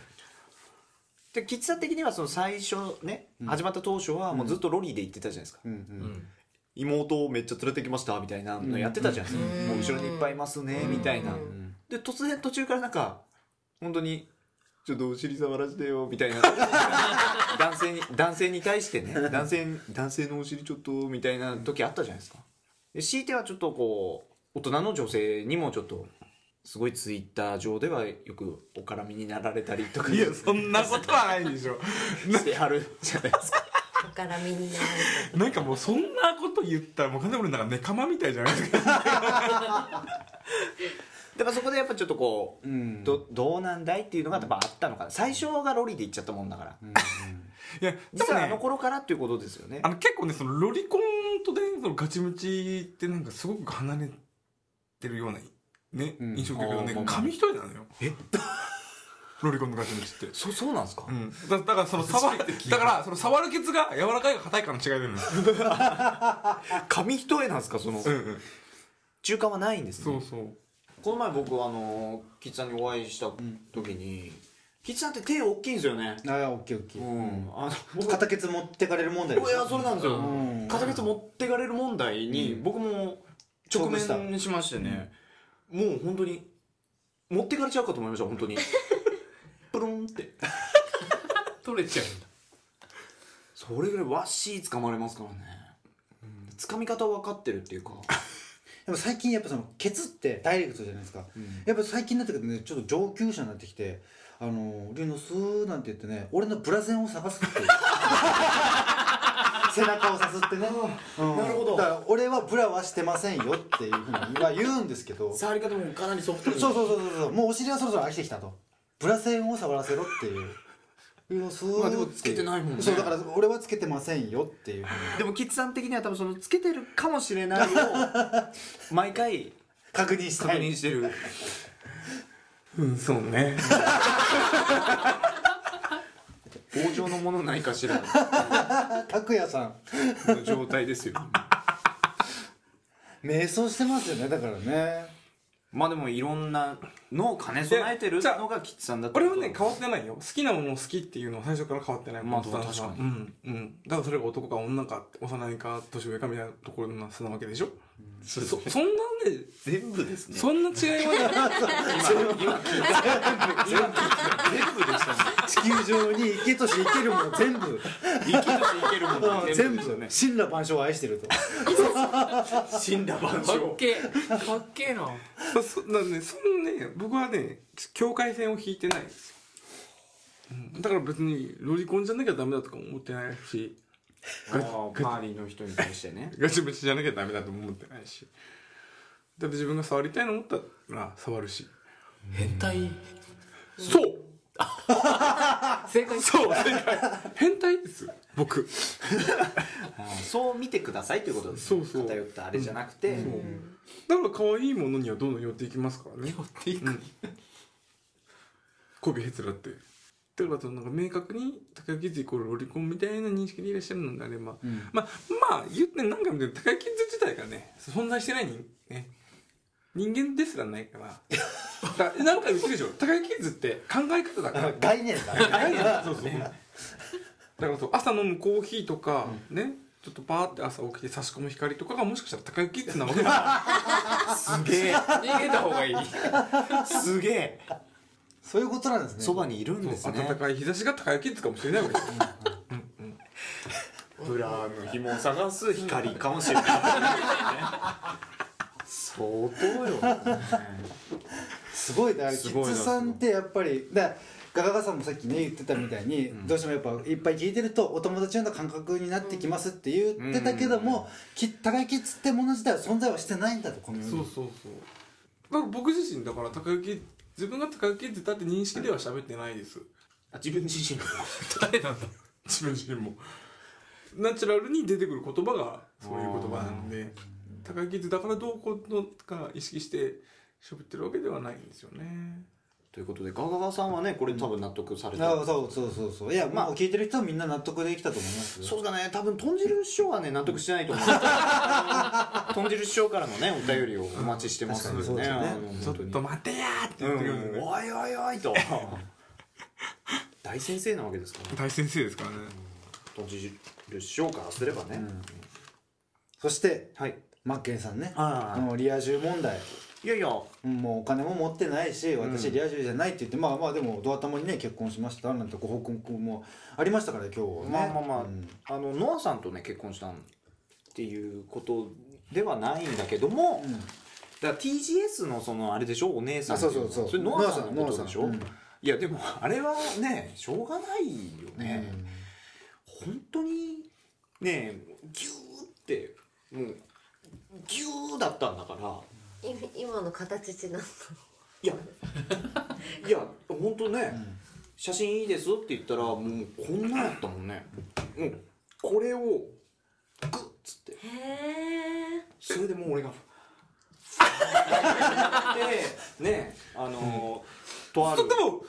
[SPEAKER 1] で吉さん的にはその最初ね、
[SPEAKER 5] うん
[SPEAKER 1] 始まった当初はもうずっとロリーで行ってたじゃないですか、
[SPEAKER 5] うんう
[SPEAKER 7] うんん
[SPEAKER 1] 妹をめっちゃ連れてきましたみたいなのやってたじゃないですか、
[SPEAKER 2] うん
[SPEAKER 1] もう後ろにいっぱいいますねみたいな、
[SPEAKER 2] うん
[SPEAKER 1] で突然途中からなんか本当にちょっとお尻触らせてよみたいな 男性に男性に対してね男性男性のお尻ちょっとみたいな時あったじゃないですかで強いてはちょっとこう大人の女性にもちょっとすごいツイッター上ではよくお絡みになられたりとか
[SPEAKER 4] いやそんなことはないでしょ
[SPEAKER 1] してはるじゃないですか
[SPEAKER 2] おからみになられ
[SPEAKER 4] なんかもうそんなこと言ったらもう完全に俺なんかネカマみたいじゃないですか
[SPEAKER 1] だからそこでやっぱちょっとこう、
[SPEAKER 5] うん
[SPEAKER 1] どどうなんだいっていうのがやっぱあったのかな最初がロリで行っちゃったもんだから、
[SPEAKER 4] いやで
[SPEAKER 1] 実
[SPEAKER 4] も
[SPEAKER 1] はあの
[SPEAKER 4] ね
[SPEAKER 1] 頃からっていうことですよね
[SPEAKER 4] あの結構ねそのロリコンとねそのガチムチってなんかすごく離れてるようなね、
[SPEAKER 5] うん
[SPEAKER 4] 印象を受けるけ
[SPEAKER 1] あー
[SPEAKER 4] どね紙一重なのよえ ロリコンのガチムチって
[SPEAKER 1] そそうなんですか、
[SPEAKER 4] うん、だだからその触るだからその触るケツが柔らかいか硬いかの違いなのよ、
[SPEAKER 1] 紙一重なんですかその
[SPEAKER 4] うんうん、
[SPEAKER 1] 中間はないんですね
[SPEAKER 4] そうそう
[SPEAKER 1] この前僕あのキッズさんにお会いした時に、キッズさんって手大きいんですよね
[SPEAKER 5] ああ、オッケーオッケ
[SPEAKER 1] う
[SPEAKER 5] ー。
[SPEAKER 1] ん、あの僕
[SPEAKER 5] 片ケツ持ってかれる問題で
[SPEAKER 1] い
[SPEAKER 5] し
[SPEAKER 1] や
[SPEAKER 5] ょ。
[SPEAKER 1] それなんですよ、
[SPEAKER 5] うん
[SPEAKER 1] 片月持ってかれる問題に
[SPEAKER 5] うん
[SPEAKER 1] 僕も直
[SPEAKER 5] 直面
[SPEAKER 1] 面しましてね、もう本当に持ってかれちゃうかと思いました本 当にプルンって
[SPEAKER 7] 取れちゃう
[SPEAKER 1] それぐらいわっしー掴まれますからね、掴み方分かってるっていうか、
[SPEAKER 5] でも最近やっぱそのケツってダイレクトじゃないですか。やっぱ最近になってくるとね、ちょっと上級者になってきて、あのー、龍の巣なんて言ってね、俺のブラゼンを探すっていう。 背中をさすってね。うん
[SPEAKER 1] なるほど
[SPEAKER 5] だから俺はブラはしてませんよっていうふうには言うんですけど。そう
[SPEAKER 1] 触り方もかなりソフト
[SPEAKER 5] そうそうそうそう。もうお尻はそろそろ飽きてきたと。ブラゼンを触らせろっていう。でもそう
[SPEAKER 1] まあでもつけてないもんね
[SPEAKER 5] そうだから俺はつけてませんよっていうふう に
[SPEAKER 1] でもキッズさん的には多分そのつけてるかもしれないを毎回
[SPEAKER 5] 確認した
[SPEAKER 1] 確
[SPEAKER 5] い
[SPEAKER 1] 認してる
[SPEAKER 4] うん、そうね。
[SPEAKER 1] 棒状のものないかしら
[SPEAKER 5] 拓也さん
[SPEAKER 1] の状態ですよ
[SPEAKER 5] 瞑想してますよねだからね
[SPEAKER 1] まあでもいろんなのを兼ね備えてるのがキッズさんだって
[SPEAKER 4] 俺
[SPEAKER 1] こと
[SPEAKER 4] はね、変わってないよ。好きなものを好きっていうのは最初から変わってない。
[SPEAKER 1] まあ
[SPEAKER 4] 本当だ
[SPEAKER 1] 確かに
[SPEAKER 4] うん、うん。だからそれが男か女か、幼いか、年上かみたいなところの差なわけでしょそ、そんなね、
[SPEAKER 1] 全部ですね
[SPEAKER 4] そんな違いはない。
[SPEAKER 1] 全部全部でしたね
[SPEAKER 5] 地球上に生きとし生けるもの全部
[SPEAKER 1] 生きとしていけるものは
[SPEAKER 5] 全
[SPEAKER 1] 全部
[SPEAKER 5] 部
[SPEAKER 1] ですよね
[SPEAKER 5] 神羅万象を愛してると
[SPEAKER 1] 死んだ万
[SPEAKER 3] かっ
[SPEAKER 1] 象
[SPEAKER 3] けえかっけえな
[SPEAKER 4] そ、そ、だからね、そんなね、僕はね、境界線を引いてないですよ。うんだから別に、ロリコンじゃなきゃダメだとか思ってないし、
[SPEAKER 1] あー周りの人に対してね
[SPEAKER 4] ガチムチじゃなきゃダメだとも思ってないし。だって自分が触りたいの思ったら触るし。
[SPEAKER 3] 変態
[SPEAKER 4] そう
[SPEAKER 3] 正解
[SPEAKER 4] そう正解変態です僕
[SPEAKER 1] そう見てくださいということですね
[SPEAKER 4] そうそう
[SPEAKER 1] 偏ったあれじゃなくて、
[SPEAKER 4] だから可愛いものにはどんどん寄っていきますからね寄っていく、うん、媚びへつらってだからそのなんか明確に高木ズイコールロリコンみたいな認識でいらっしゃるのであれば、まあまあ言って何回も言うけど高木ズ自体がね存在してない人ね人間ですらないからだから何回も言ってるでしょ高木ズって考え方だから
[SPEAKER 5] 概念だね
[SPEAKER 4] そうそうだからそう朝飲むコーヒーとか、ねちょっとパーって朝起きて差し込む光とかがもしかしたら高雪ってなわけだ
[SPEAKER 1] すげえ
[SPEAKER 3] 逃げた方がいい
[SPEAKER 1] すげえ
[SPEAKER 5] そういうことなんですね
[SPEAKER 1] そばにいるんですね
[SPEAKER 4] 暖かい日差しが高雪ってかもしれないわけですよ
[SPEAKER 1] ブラの紐を探す光かもしれない、相当よ
[SPEAKER 5] すごいねあれキ
[SPEAKER 1] すごい
[SPEAKER 5] ッ
[SPEAKER 1] な
[SPEAKER 5] ズさんってやっぱりだからガガガさんもさっきね言ってたみたいに、どうしてもやっぱいっぱい聞いてるとお友達のような感覚になってきますって言ってたけども、き高いキッズってもの自体は存在はしてないんだとこの世に
[SPEAKER 4] そうそうそうだから僕自身だから高雪自分が高雪ってだって認識では喋ってないです
[SPEAKER 1] 自分自身
[SPEAKER 3] 誰なんだ
[SPEAKER 4] 自分自身もナチュラルに出てくる言葉がそういう言葉なんで高雪ってだからどうこうのか意識して喋ってるわけではないんですよね
[SPEAKER 1] ということでガガガさんはねこれ多分納得されてる、
[SPEAKER 5] あそうそうそうそういやまあ聞いてる人はみんな納得できたと思いますよ
[SPEAKER 1] そうだね多分豚汁師匠はね納得してないと思う 豚汁師匠からのねお便りをお待ちしてますので
[SPEAKER 5] うん
[SPEAKER 1] ね,
[SPEAKER 5] 確
[SPEAKER 1] あ
[SPEAKER 5] かに
[SPEAKER 1] の、
[SPEAKER 5] そう
[SPEAKER 1] 本
[SPEAKER 4] ちょっ
[SPEAKER 1] 当に
[SPEAKER 4] と待てやーって言ってくるん
[SPEAKER 1] う
[SPEAKER 4] で
[SPEAKER 1] ん
[SPEAKER 4] ね
[SPEAKER 1] おいおいおいと大先生なわけですからね
[SPEAKER 4] 大先生ですからね
[SPEAKER 1] 豚汁師匠からすればね、
[SPEAKER 5] そして
[SPEAKER 1] はい
[SPEAKER 5] マッケンさんね
[SPEAKER 1] はい
[SPEAKER 5] もうリア充問題
[SPEAKER 1] いやいや
[SPEAKER 5] うんもうお金も持ってないし私リア充じゃないって言って、まあまあでもドア玉にね結婚しましたなんてご報告もありましたから今日はね
[SPEAKER 1] まあまあまあ、
[SPEAKER 5] うん
[SPEAKER 1] あのノアさんとね結婚したんっていうことではないんだけども、だから TGS のそのあれでしょお姉さんっていの
[SPEAKER 5] あそうそうそう
[SPEAKER 1] れノアさんのことでしょ、
[SPEAKER 5] ノアさんノアさん
[SPEAKER 1] いやでもあれはねしょうがないよね、本当にねギューってもうギューだったんだから
[SPEAKER 2] 今の形ちなんだ
[SPEAKER 1] いやいや本当ね、写真いいですって言ったらもうこんなんやったもんねもうこれをグッつって
[SPEAKER 2] へえ
[SPEAKER 1] それでもう俺がでねあのーとあ
[SPEAKER 4] で
[SPEAKER 1] る
[SPEAKER 4] もそういうこ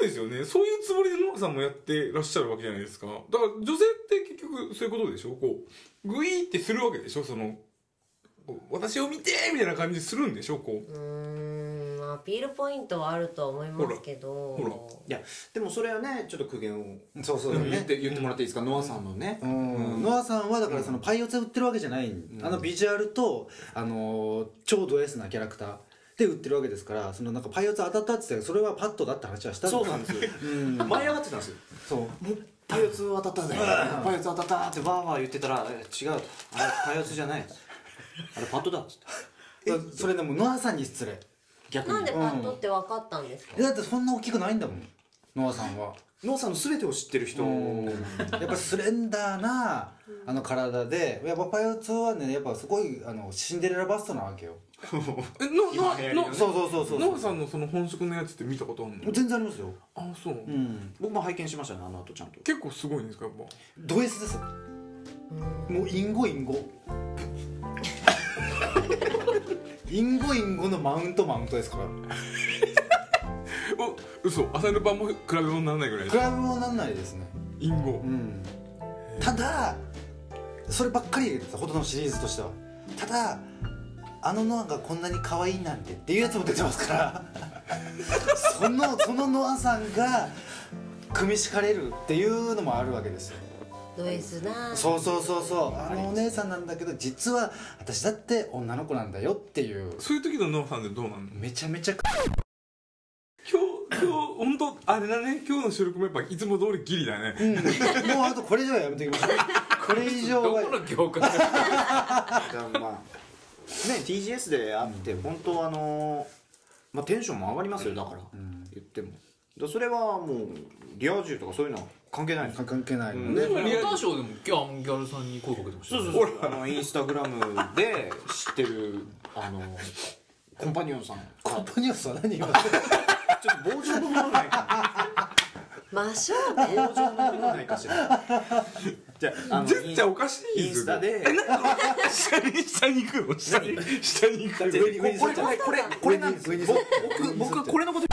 [SPEAKER 4] とですよねそういうつもりでノアさんもやってらっしゃるわけじゃないですかだから女性って結局そういうことでしょこうグイーってするわけでしょそのこう私を見てみたいな感じするんでしょこ
[SPEAKER 2] うーんまあアピールポイントはあるとは思いますけど
[SPEAKER 4] ほ
[SPEAKER 1] いやでもそれはねちょっと苦言を
[SPEAKER 5] そうそう
[SPEAKER 1] 言っ
[SPEAKER 5] ね
[SPEAKER 1] て言ってもらっていいですかノアさんのね
[SPEAKER 5] うんノアさんはだからそのパイオツ売ってるわけじゃない、あのビジュアルと、あのー超ド S なキャラクターで売ってるわけですからそのなんかパイオツ当たったって言ってたけどそれはパッドだって話はした
[SPEAKER 1] そうなん
[SPEAKER 5] で
[SPEAKER 1] ですよ舞い上がってたんですよ
[SPEAKER 5] すそう
[SPEAKER 1] もうパイオツ当たったぜパイオツ当たったってわーわー言ってたらえ違うあれパイオツじゃないあれパッドだっつって
[SPEAKER 5] それでもノアさんに失礼
[SPEAKER 1] 逆
[SPEAKER 2] なん
[SPEAKER 1] に
[SPEAKER 2] でパッとって分かったんですか、
[SPEAKER 5] だってそんな大きくないんだもんノアさんは
[SPEAKER 1] ノアさんの全てを知ってる人
[SPEAKER 5] やっぱスレンダーなあの体でやっぱパイオツはねやっぱすごいあのシンデレラバストなわけよ
[SPEAKER 4] えののの
[SPEAKER 5] そうそうそうそう
[SPEAKER 4] ノアさんのその本職のやつって見たことあるの
[SPEAKER 5] 全然ありますよ
[SPEAKER 4] あそう、
[SPEAKER 5] うん
[SPEAKER 1] 僕も拝見しましたねあの後ちゃんと
[SPEAKER 4] 結構すごいんですかやっぱ
[SPEAKER 5] ド S ですもうインゴイン ゴインゴインゴのマウントマウントですから
[SPEAKER 4] お嘘朝ルパンも比べ物にならないぐらい
[SPEAKER 5] クラブもなんないですね
[SPEAKER 4] インゴ
[SPEAKER 5] うんただそればっかり言ってたほとんどのシリーズとしてはただあのノアがこんなに可愛いなんてっていうやつも出てますから そのそのノアさんが組み敷かれるっていうのもあるわけですよ
[SPEAKER 2] ド S な
[SPEAKER 5] そうそうそうそうあのお姉さんなんだけど実は私だって女の子なんだよっていう
[SPEAKER 4] そういう時のノアさんってどうなんの
[SPEAKER 5] めちゃめちゃ
[SPEAKER 4] 今日今日本当あれだね今日の収録もやっぱいつも通りギリだね
[SPEAKER 5] うん、もうあとこれ以上はやめておきましょうこれ以上
[SPEAKER 3] ど
[SPEAKER 5] は
[SPEAKER 3] この業界は
[SPEAKER 1] だからまあね TGS であって本当あのまあテンションも上がりますよだから
[SPEAKER 5] ん
[SPEAKER 1] 言ってもだからそれはもうリア充とかそういうのは関係ないです
[SPEAKER 5] か関係ないもん
[SPEAKER 3] い
[SPEAKER 5] ね、
[SPEAKER 3] モーターショーでもギャギャルさんに声かけてまし
[SPEAKER 1] そ
[SPEAKER 3] たよ
[SPEAKER 1] う
[SPEAKER 3] ね
[SPEAKER 1] そうそうあのインスタグラムで知ってるあのコンパニオンさん
[SPEAKER 5] コン
[SPEAKER 1] が
[SPEAKER 5] パニオスは何今
[SPEAKER 1] ちょっと棒状のものないか
[SPEAKER 2] 真正面
[SPEAKER 1] 棒状のものないかしらじゃああの
[SPEAKER 4] ジェッチャーおかしい
[SPEAKER 1] インスタで
[SPEAKER 4] 下に下に行くの下に下に行く
[SPEAKER 5] 上に上に
[SPEAKER 1] これこれこれこれなんです
[SPEAKER 5] 上に上に
[SPEAKER 1] 僕僕はこれのこと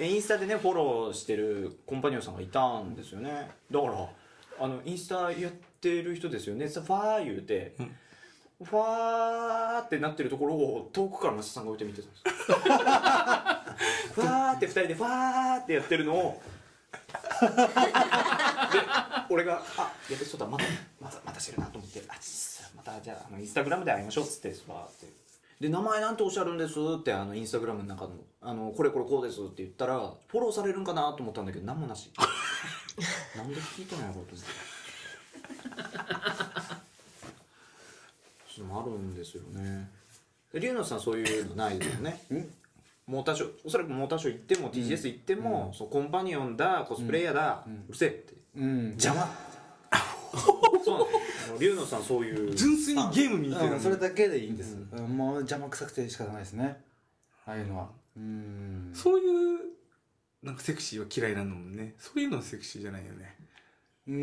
[SPEAKER 1] インスタでねフォローしてるコンパニオンさんがいたんですよねだからあのインスタやってる人ですよねさファー言うて、
[SPEAKER 4] うん
[SPEAKER 1] ファーってなってるところを遠くから松田さんが置いて見てたん ですよファーって二人でファーってやってるのを俺が「あやべそうだまたまたまたしてるな」と思って「あちっすまたじゃああのインスタグラムで会いましょう」っつってバーってで「名前なんておっしゃるんです」ってあのインスタグラムの中の「あのこれこれこうです」って言ったらフォローされるんかなと思ったんだけど何もな しなんで聞いてないことってそういうのもあるんですよねで龍之さんそういうのないですよねモーターショーおそらくモーターショー行っても TGS 行っても、そのコンパニオンだコスプレイヤーだ、うるせえって
[SPEAKER 5] うん邪魔
[SPEAKER 1] そうなんですよ龍之さんそういう
[SPEAKER 4] 純粋にゲーム見てる
[SPEAKER 5] う
[SPEAKER 4] も
[SPEAKER 5] ん
[SPEAKER 4] ん
[SPEAKER 5] それだけでいいんです、うんもう邪魔くさくて仕方ないですねああいうのはうん
[SPEAKER 4] そういうなんかセクシーは嫌いなのもんねそういうのはセクシーじゃないよね
[SPEAKER 5] うー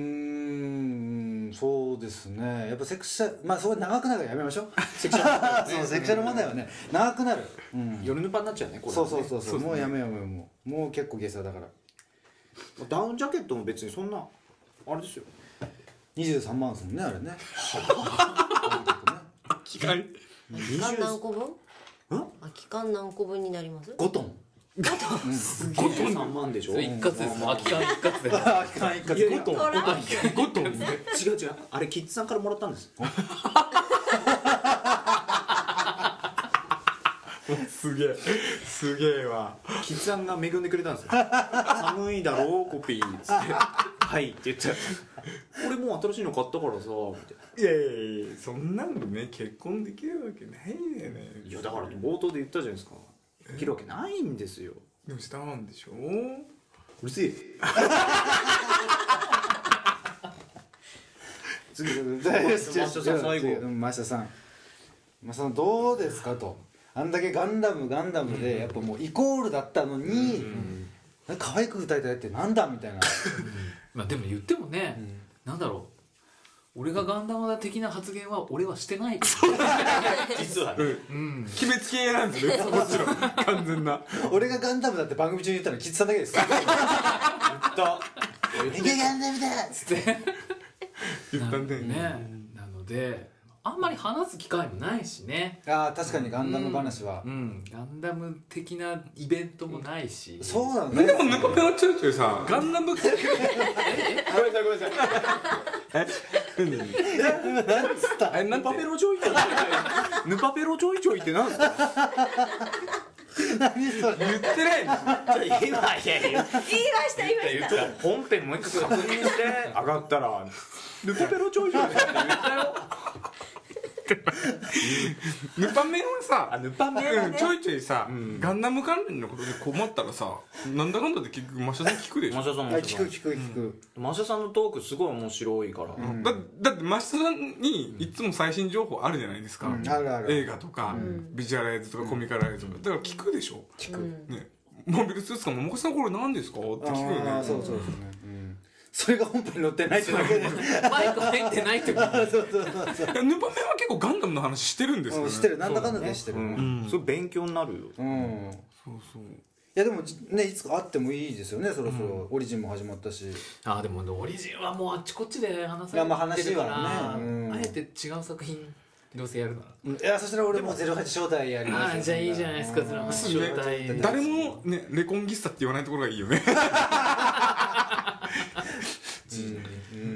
[SPEAKER 5] んそうですねやっぱセクシャまあそこは長くなるからやめま しょうセクシャル、そうセクシャル問題はね長くなる、うん、
[SPEAKER 1] 夜ぬぱになっちゃうねこれ
[SPEAKER 5] そうそうそううそうもうやめようやめようもうもう結構ゲスだから
[SPEAKER 1] ダウンジャケットも別にそんなあれですよ
[SPEAKER 5] 23万ですもんねあれね
[SPEAKER 4] 機械
[SPEAKER 2] 期間何個分
[SPEAKER 1] ん
[SPEAKER 2] あ期間何個分になります
[SPEAKER 5] 5トン
[SPEAKER 1] 53万でしょ
[SPEAKER 3] それ一括です空き缶一括です
[SPEAKER 5] ああ期間一括
[SPEAKER 1] いや
[SPEAKER 5] 5トン
[SPEAKER 2] トラ
[SPEAKER 4] 5トン
[SPEAKER 1] 違う違うあれキッズさんからもらったんです
[SPEAKER 4] すげえすげえわ
[SPEAKER 1] キッズさんが恵んでくれたんですよ寒いだろうコピーっつって「はい」って言ったら「俺もう新しいの買ったからさ」みたい
[SPEAKER 4] いやいやいやそんなのね結婚できるわけないんだよね
[SPEAKER 1] ないやだから冒頭で言ったじゃないですかできるわけないんですよ
[SPEAKER 4] でも下なんでしょ
[SPEAKER 1] うるせえ
[SPEAKER 5] 次
[SPEAKER 1] 田さん最後
[SPEAKER 5] マシャさんマシャさんどうですかとあんだけガンダムガンダムでやっぱもうイコールだったのになんか可愛く歌いたいってなんだみたいな
[SPEAKER 3] まあでも言ってもね、なんだろう俺がガンダムだ的な発言は俺はしてない
[SPEAKER 1] 実は
[SPEAKER 4] うん
[SPEAKER 3] うん
[SPEAKER 4] 決めつけなんですねもちろん完全な
[SPEAKER 5] 俺がガンダムだって番組中に言ったのキッズさんだけです俺がガンダムだっつって
[SPEAKER 4] 言った
[SPEAKER 3] なんん
[SPEAKER 4] だ
[SPEAKER 3] で
[SPEAKER 4] よ
[SPEAKER 3] ね
[SPEAKER 4] ね
[SPEAKER 3] なのであんまり話す機会もないしね
[SPEAKER 5] ああ確かにガンダム話は
[SPEAKER 3] うん、ガンダム的なイベントもないし、
[SPEAKER 5] そうなの
[SPEAKER 4] で
[SPEAKER 5] ね
[SPEAKER 4] もぬかぺはちょいちょいさガンダム系
[SPEAKER 1] ごめんなさいごめんなさい
[SPEAKER 5] なんつった
[SPEAKER 4] あれなんて
[SPEAKER 1] パペロジョイジョイってぬかペロジョイジョイってなんですか
[SPEAKER 5] 何それ
[SPEAKER 4] 言ってないの
[SPEAKER 1] いやいやいや
[SPEAKER 2] 言いました言いました
[SPEAKER 1] 本編もう一回 確認して上がったら「ルポペロ長女」って言ったよ
[SPEAKER 4] ぬぱめんはさ
[SPEAKER 6] あ、ぬぱめんは
[SPEAKER 4] うん
[SPEAKER 6] ね
[SPEAKER 4] ちょいちょいさ、
[SPEAKER 6] ん
[SPEAKER 4] ガンダム関連のことで困ったらさなんだかんだで結局マシャさん聞くでし
[SPEAKER 1] マ
[SPEAKER 4] ょ
[SPEAKER 1] シャさん
[SPEAKER 5] あ
[SPEAKER 1] も
[SPEAKER 5] 聞く聞く聞く、
[SPEAKER 1] マシャさんのトークすごい面白いから、
[SPEAKER 5] ん
[SPEAKER 4] だだってマシャさんにいつも最新情報あるじゃないですか、
[SPEAKER 5] うんあるある
[SPEAKER 4] 映画とか、ビジュアライズとかコミカライズとかだから聞くでしょ、
[SPEAKER 5] 聞く、
[SPEAKER 4] ねモビルスーツかも「もこさんこれ何ですか?」って聞くよね
[SPEAKER 5] ああそうそうそうね、うん、それが本編に載ってないってだけで
[SPEAKER 3] マイク入ってないってこと
[SPEAKER 5] そうそうそうそう
[SPEAKER 4] いやヌパメンは結構ガンダムの話してるんですよ
[SPEAKER 5] う
[SPEAKER 4] ね
[SPEAKER 5] んしてるなんだかんだでしてる
[SPEAKER 1] うん
[SPEAKER 5] うん、
[SPEAKER 1] それ勉強になるよ
[SPEAKER 5] うんい
[SPEAKER 4] そうそう
[SPEAKER 5] やでもじねいつかあってもいいですよねそろそろ、オリジンも始まったし
[SPEAKER 3] あーでもねオリジンはもうあっちこっちで話
[SPEAKER 5] い
[SPEAKER 3] さ
[SPEAKER 5] やまあ
[SPEAKER 3] れてるから
[SPEAKER 5] 話はねうん
[SPEAKER 3] あえて違う作品どうせやるなら
[SPEAKER 5] いやそしたら俺も08招待やりま
[SPEAKER 3] あ
[SPEAKER 5] す
[SPEAKER 3] ーじゃあいいじゃないですか
[SPEAKER 5] うん
[SPEAKER 3] その
[SPEAKER 4] そう
[SPEAKER 3] 招
[SPEAKER 4] ね
[SPEAKER 3] 待
[SPEAKER 4] 誰もねレコンギスタって言わないところがいいよね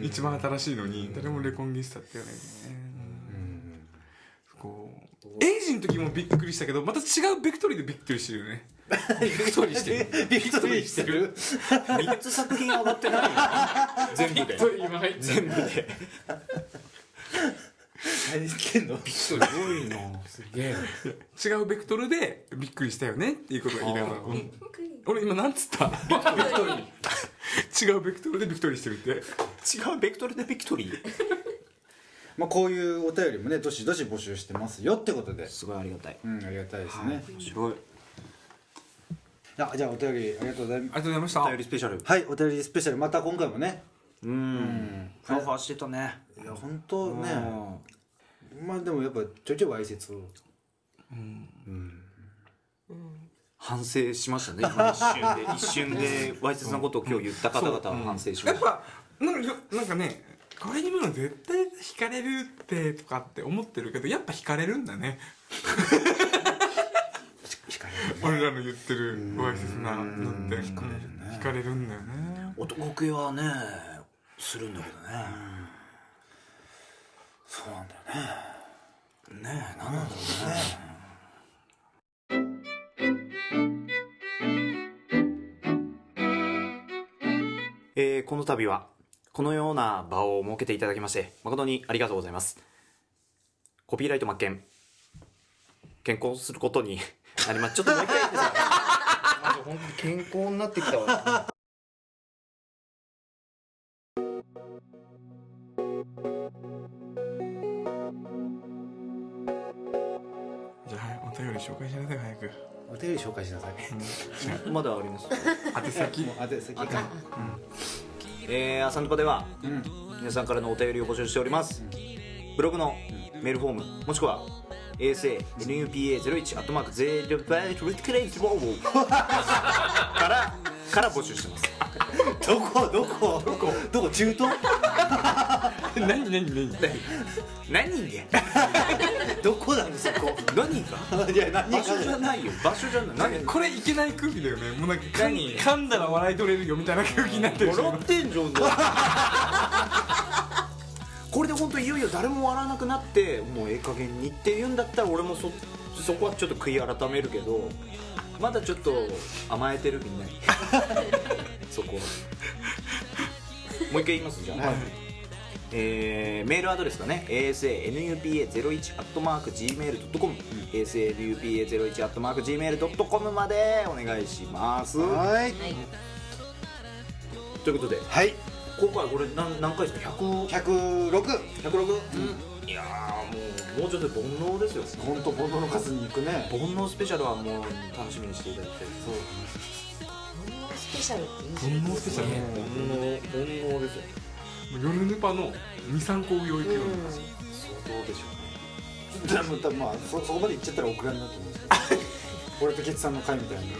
[SPEAKER 4] 一番新しいのに誰もレコンギスタって言わないよねこうエイジの時もびっくりしたけどまた違うベクトリーでびっくりしてるよね
[SPEAKER 3] ビクトリーして る
[SPEAKER 5] ビクトリーしてる
[SPEAKER 1] 3つ作品上がってないよ全部で
[SPEAKER 3] そう今入って
[SPEAKER 1] 全部で
[SPEAKER 5] 何言ってんの
[SPEAKER 1] すごいな
[SPEAKER 3] すげえ
[SPEAKER 4] 違うベクトルでびっくりしたよねっていうことが言いながらうん俺今なんつった 違うベクトルでびっくりしてるって
[SPEAKER 1] 違うベクトルでビクトリー
[SPEAKER 5] まあこういうお便りもねどしどし募集してますよってことです
[SPEAKER 1] ごいありがたい
[SPEAKER 5] うんありがたいですね、
[SPEAKER 1] 面白い
[SPEAKER 5] あじゃあお便りありがとうござい
[SPEAKER 4] あり
[SPEAKER 5] ます
[SPEAKER 4] がとうございました
[SPEAKER 1] お便りスペシャル
[SPEAKER 5] はいお便りスペシャルまた今回もね
[SPEAKER 1] うんふわふわしてたね
[SPEAKER 5] いや本当ね
[SPEAKER 1] うん
[SPEAKER 5] まあでもやっぱちょいちょいわいせつを
[SPEAKER 1] 反省しました ね今一瞬で一瞬でわいせつなことを今日言った方々は反省しま
[SPEAKER 4] やっ
[SPEAKER 1] した
[SPEAKER 4] ぱなんかよなんかねこれにも絶対惹かれるってとかって思ってるけどやっぱ惹かれるんだね俺らの言ってるわいせつなのって惹かれる、惹かれるんだよね
[SPEAKER 1] 男食いはねするんだけどね
[SPEAKER 5] そうなんだよね
[SPEAKER 1] ねえなんだろうねえーこの度はこのような場を設けていただきまして誠にありがとうございますコピーライト発見健康することに なりますちょっともう一回いいですか
[SPEAKER 6] 本当健康になってきたわ
[SPEAKER 4] じゃあはいお便り紹介しなさい早く
[SPEAKER 5] お便り紹介しなさい
[SPEAKER 1] まだあります
[SPEAKER 4] 宛先
[SPEAKER 5] もうあで先か
[SPEAKER 1] えー、朝のパでは、皆さんからのお便りを募集しております、ブログのメールフォームもしくは ASANUPA01 アットマークゼロバイトリクレイズボーからから募集してます
[SPEAKER 5] どこどこどこどこ中東
[SPEAKER 4] 何何何
[SPEAKER 1] 何人で
[SPEAKER 5] どこなのそこ
[SPEAKER 1] 何が
[SPEAKER 5] いや何
[SPEAKER 1] 場
[SPEAKER 5] が
[SPEAKER 1] 所じゃないよ場所じゃない何
[SPEAKER 4] これいけない空気だよねもうなんか噛ん
[SPEAKER 1] 何
[SPEAKER 4] 噛んだら笑い取れるよみたいな空気になってる
[SPEAKER 1] 笑ってんじゃ んこれで本当いよいよ誰も笑わなくなってもうええ加減にって言うんだったら俺もそそこはちょっと悔い改めるけどまだちょっと甘えてるみん なにそこはもう一回言いますじゃあ、えーメールアドレスがね asanupa01-gmail.com asanupa01-gmail.com までお願いします
[SPEAKER 5] はい
[SPEAKER 1] ということで
[SPEAKER 5] はい
[SPEAKER 1] 今回これ何何回ですか100
[SPEAKER 5] 106
[SPEAKER 1] 106、いやーもうもうちょっと煩悩ですよ
[SPEAKER 5] 本当ボンドの数に行くね
[SPEAKER 1] 煩悩スペシャルはもう楽しみにしていただきたいそう
[SPEAKER 2] スペシャルっていいじゃん
[SPEAKER 4] 煩悩スペシャルね
[SPEAKER 1] 煩悩煩悩ですよ
[SPEAKER 4] 夜ヌパの23個上をいくよ、
[SPEAKER 1] 相当でしょ
[SPEAKER 5] でも多分まあそそこまで行っちゃったらオクラになってますけど俺とケツさんの会みたいに
[SPEAKER 1] うね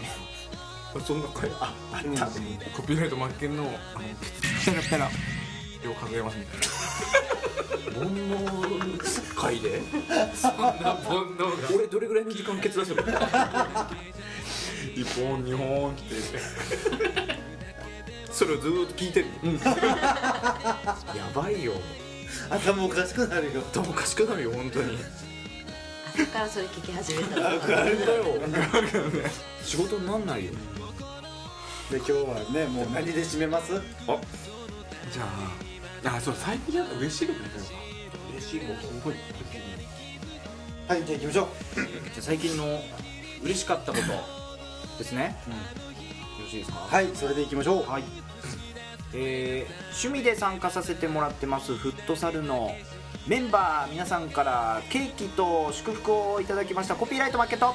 [SPEAKER 1] そんな声ああった、
[SPEAKER 4] コピーライト真剣のあのペラペラ量数えますみたい
[SPEAKER 1] 煩
[SPEAKER 4] な
[SPEAKER 1] 悩会で
[SPEAKER 3] 煩悩が
[SPEAKER 1] 俺どれぐらいの時間決断するの
[SPEAKER 4] 一本二本って言って
[SPEAKER 1] それをずーっと聞いてる、やばいよ
[SPEAKER 5] 頭おかしくなるよ
[SPEAKER 1] どうもおかしくなるよ本当に
[SPEAKER 2] あそこからそれ聞き始めたの
[SPEAKER 1] あれだよ仕事になんないよ
[SPEAKER 5] で今日はねもう何で締めます
[SPEAKER 4] じゃああそう最近やったら嬉しいことだよ
[SPEAKER 1] 嬉しいこと
[SPEAKER 5] はいじゃあ行きましょう
[SPEAKER 1] じゃあ最近の嬉しかったことですね、
[SPEAKER 5] うん
[SPEAKER 1] よろしいですか
[SPEAKER 5] はいそれで行きましょう
[SPEAKER 1] はい、えー趣味で参加させてもらってますフットサルのメンバー皆さんからケーキと祝福をいただきましたコピーライトマーケット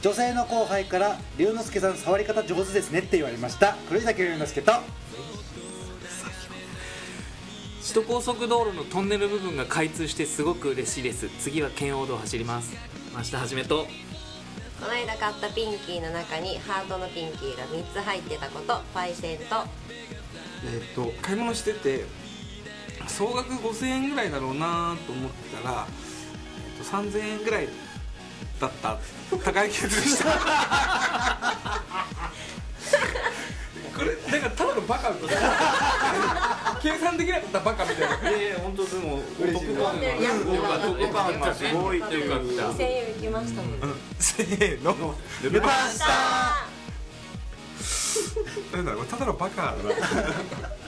[SPEAKER 5] 女性の後輩から「龍之介さん触り方上手ですね」って言われました黒崎龍之介と
[SPEAKER 3] 首都高速道路のトンネル部分が開通してすごく嬉しいです次は圏央道を走ります明日はじめと
[SPEAKER 2] この間買ったピンキーの中にハートのピンキーが3つ入ってたことパイセンと
[SPEAKER 4] えーっと買い物してて総額5000円ぐらいだろうなと思ってたら、えーっと3000円ぐらいだった高い気がしたこれなんかただのバカみたいな計算できなかったバカみたいな
[SPEAKER 1] ええ本当でも
[SPEAKER 5] 嬉しいな
[SPEAKER 1] 男感がすごいというか
[SPEAKER 2] 2000円浮きましたもん
[SPEAKER 4] せーの
[SPEAKER 1] ルパン
[SPEAKER 4] なんだろうただのバカだな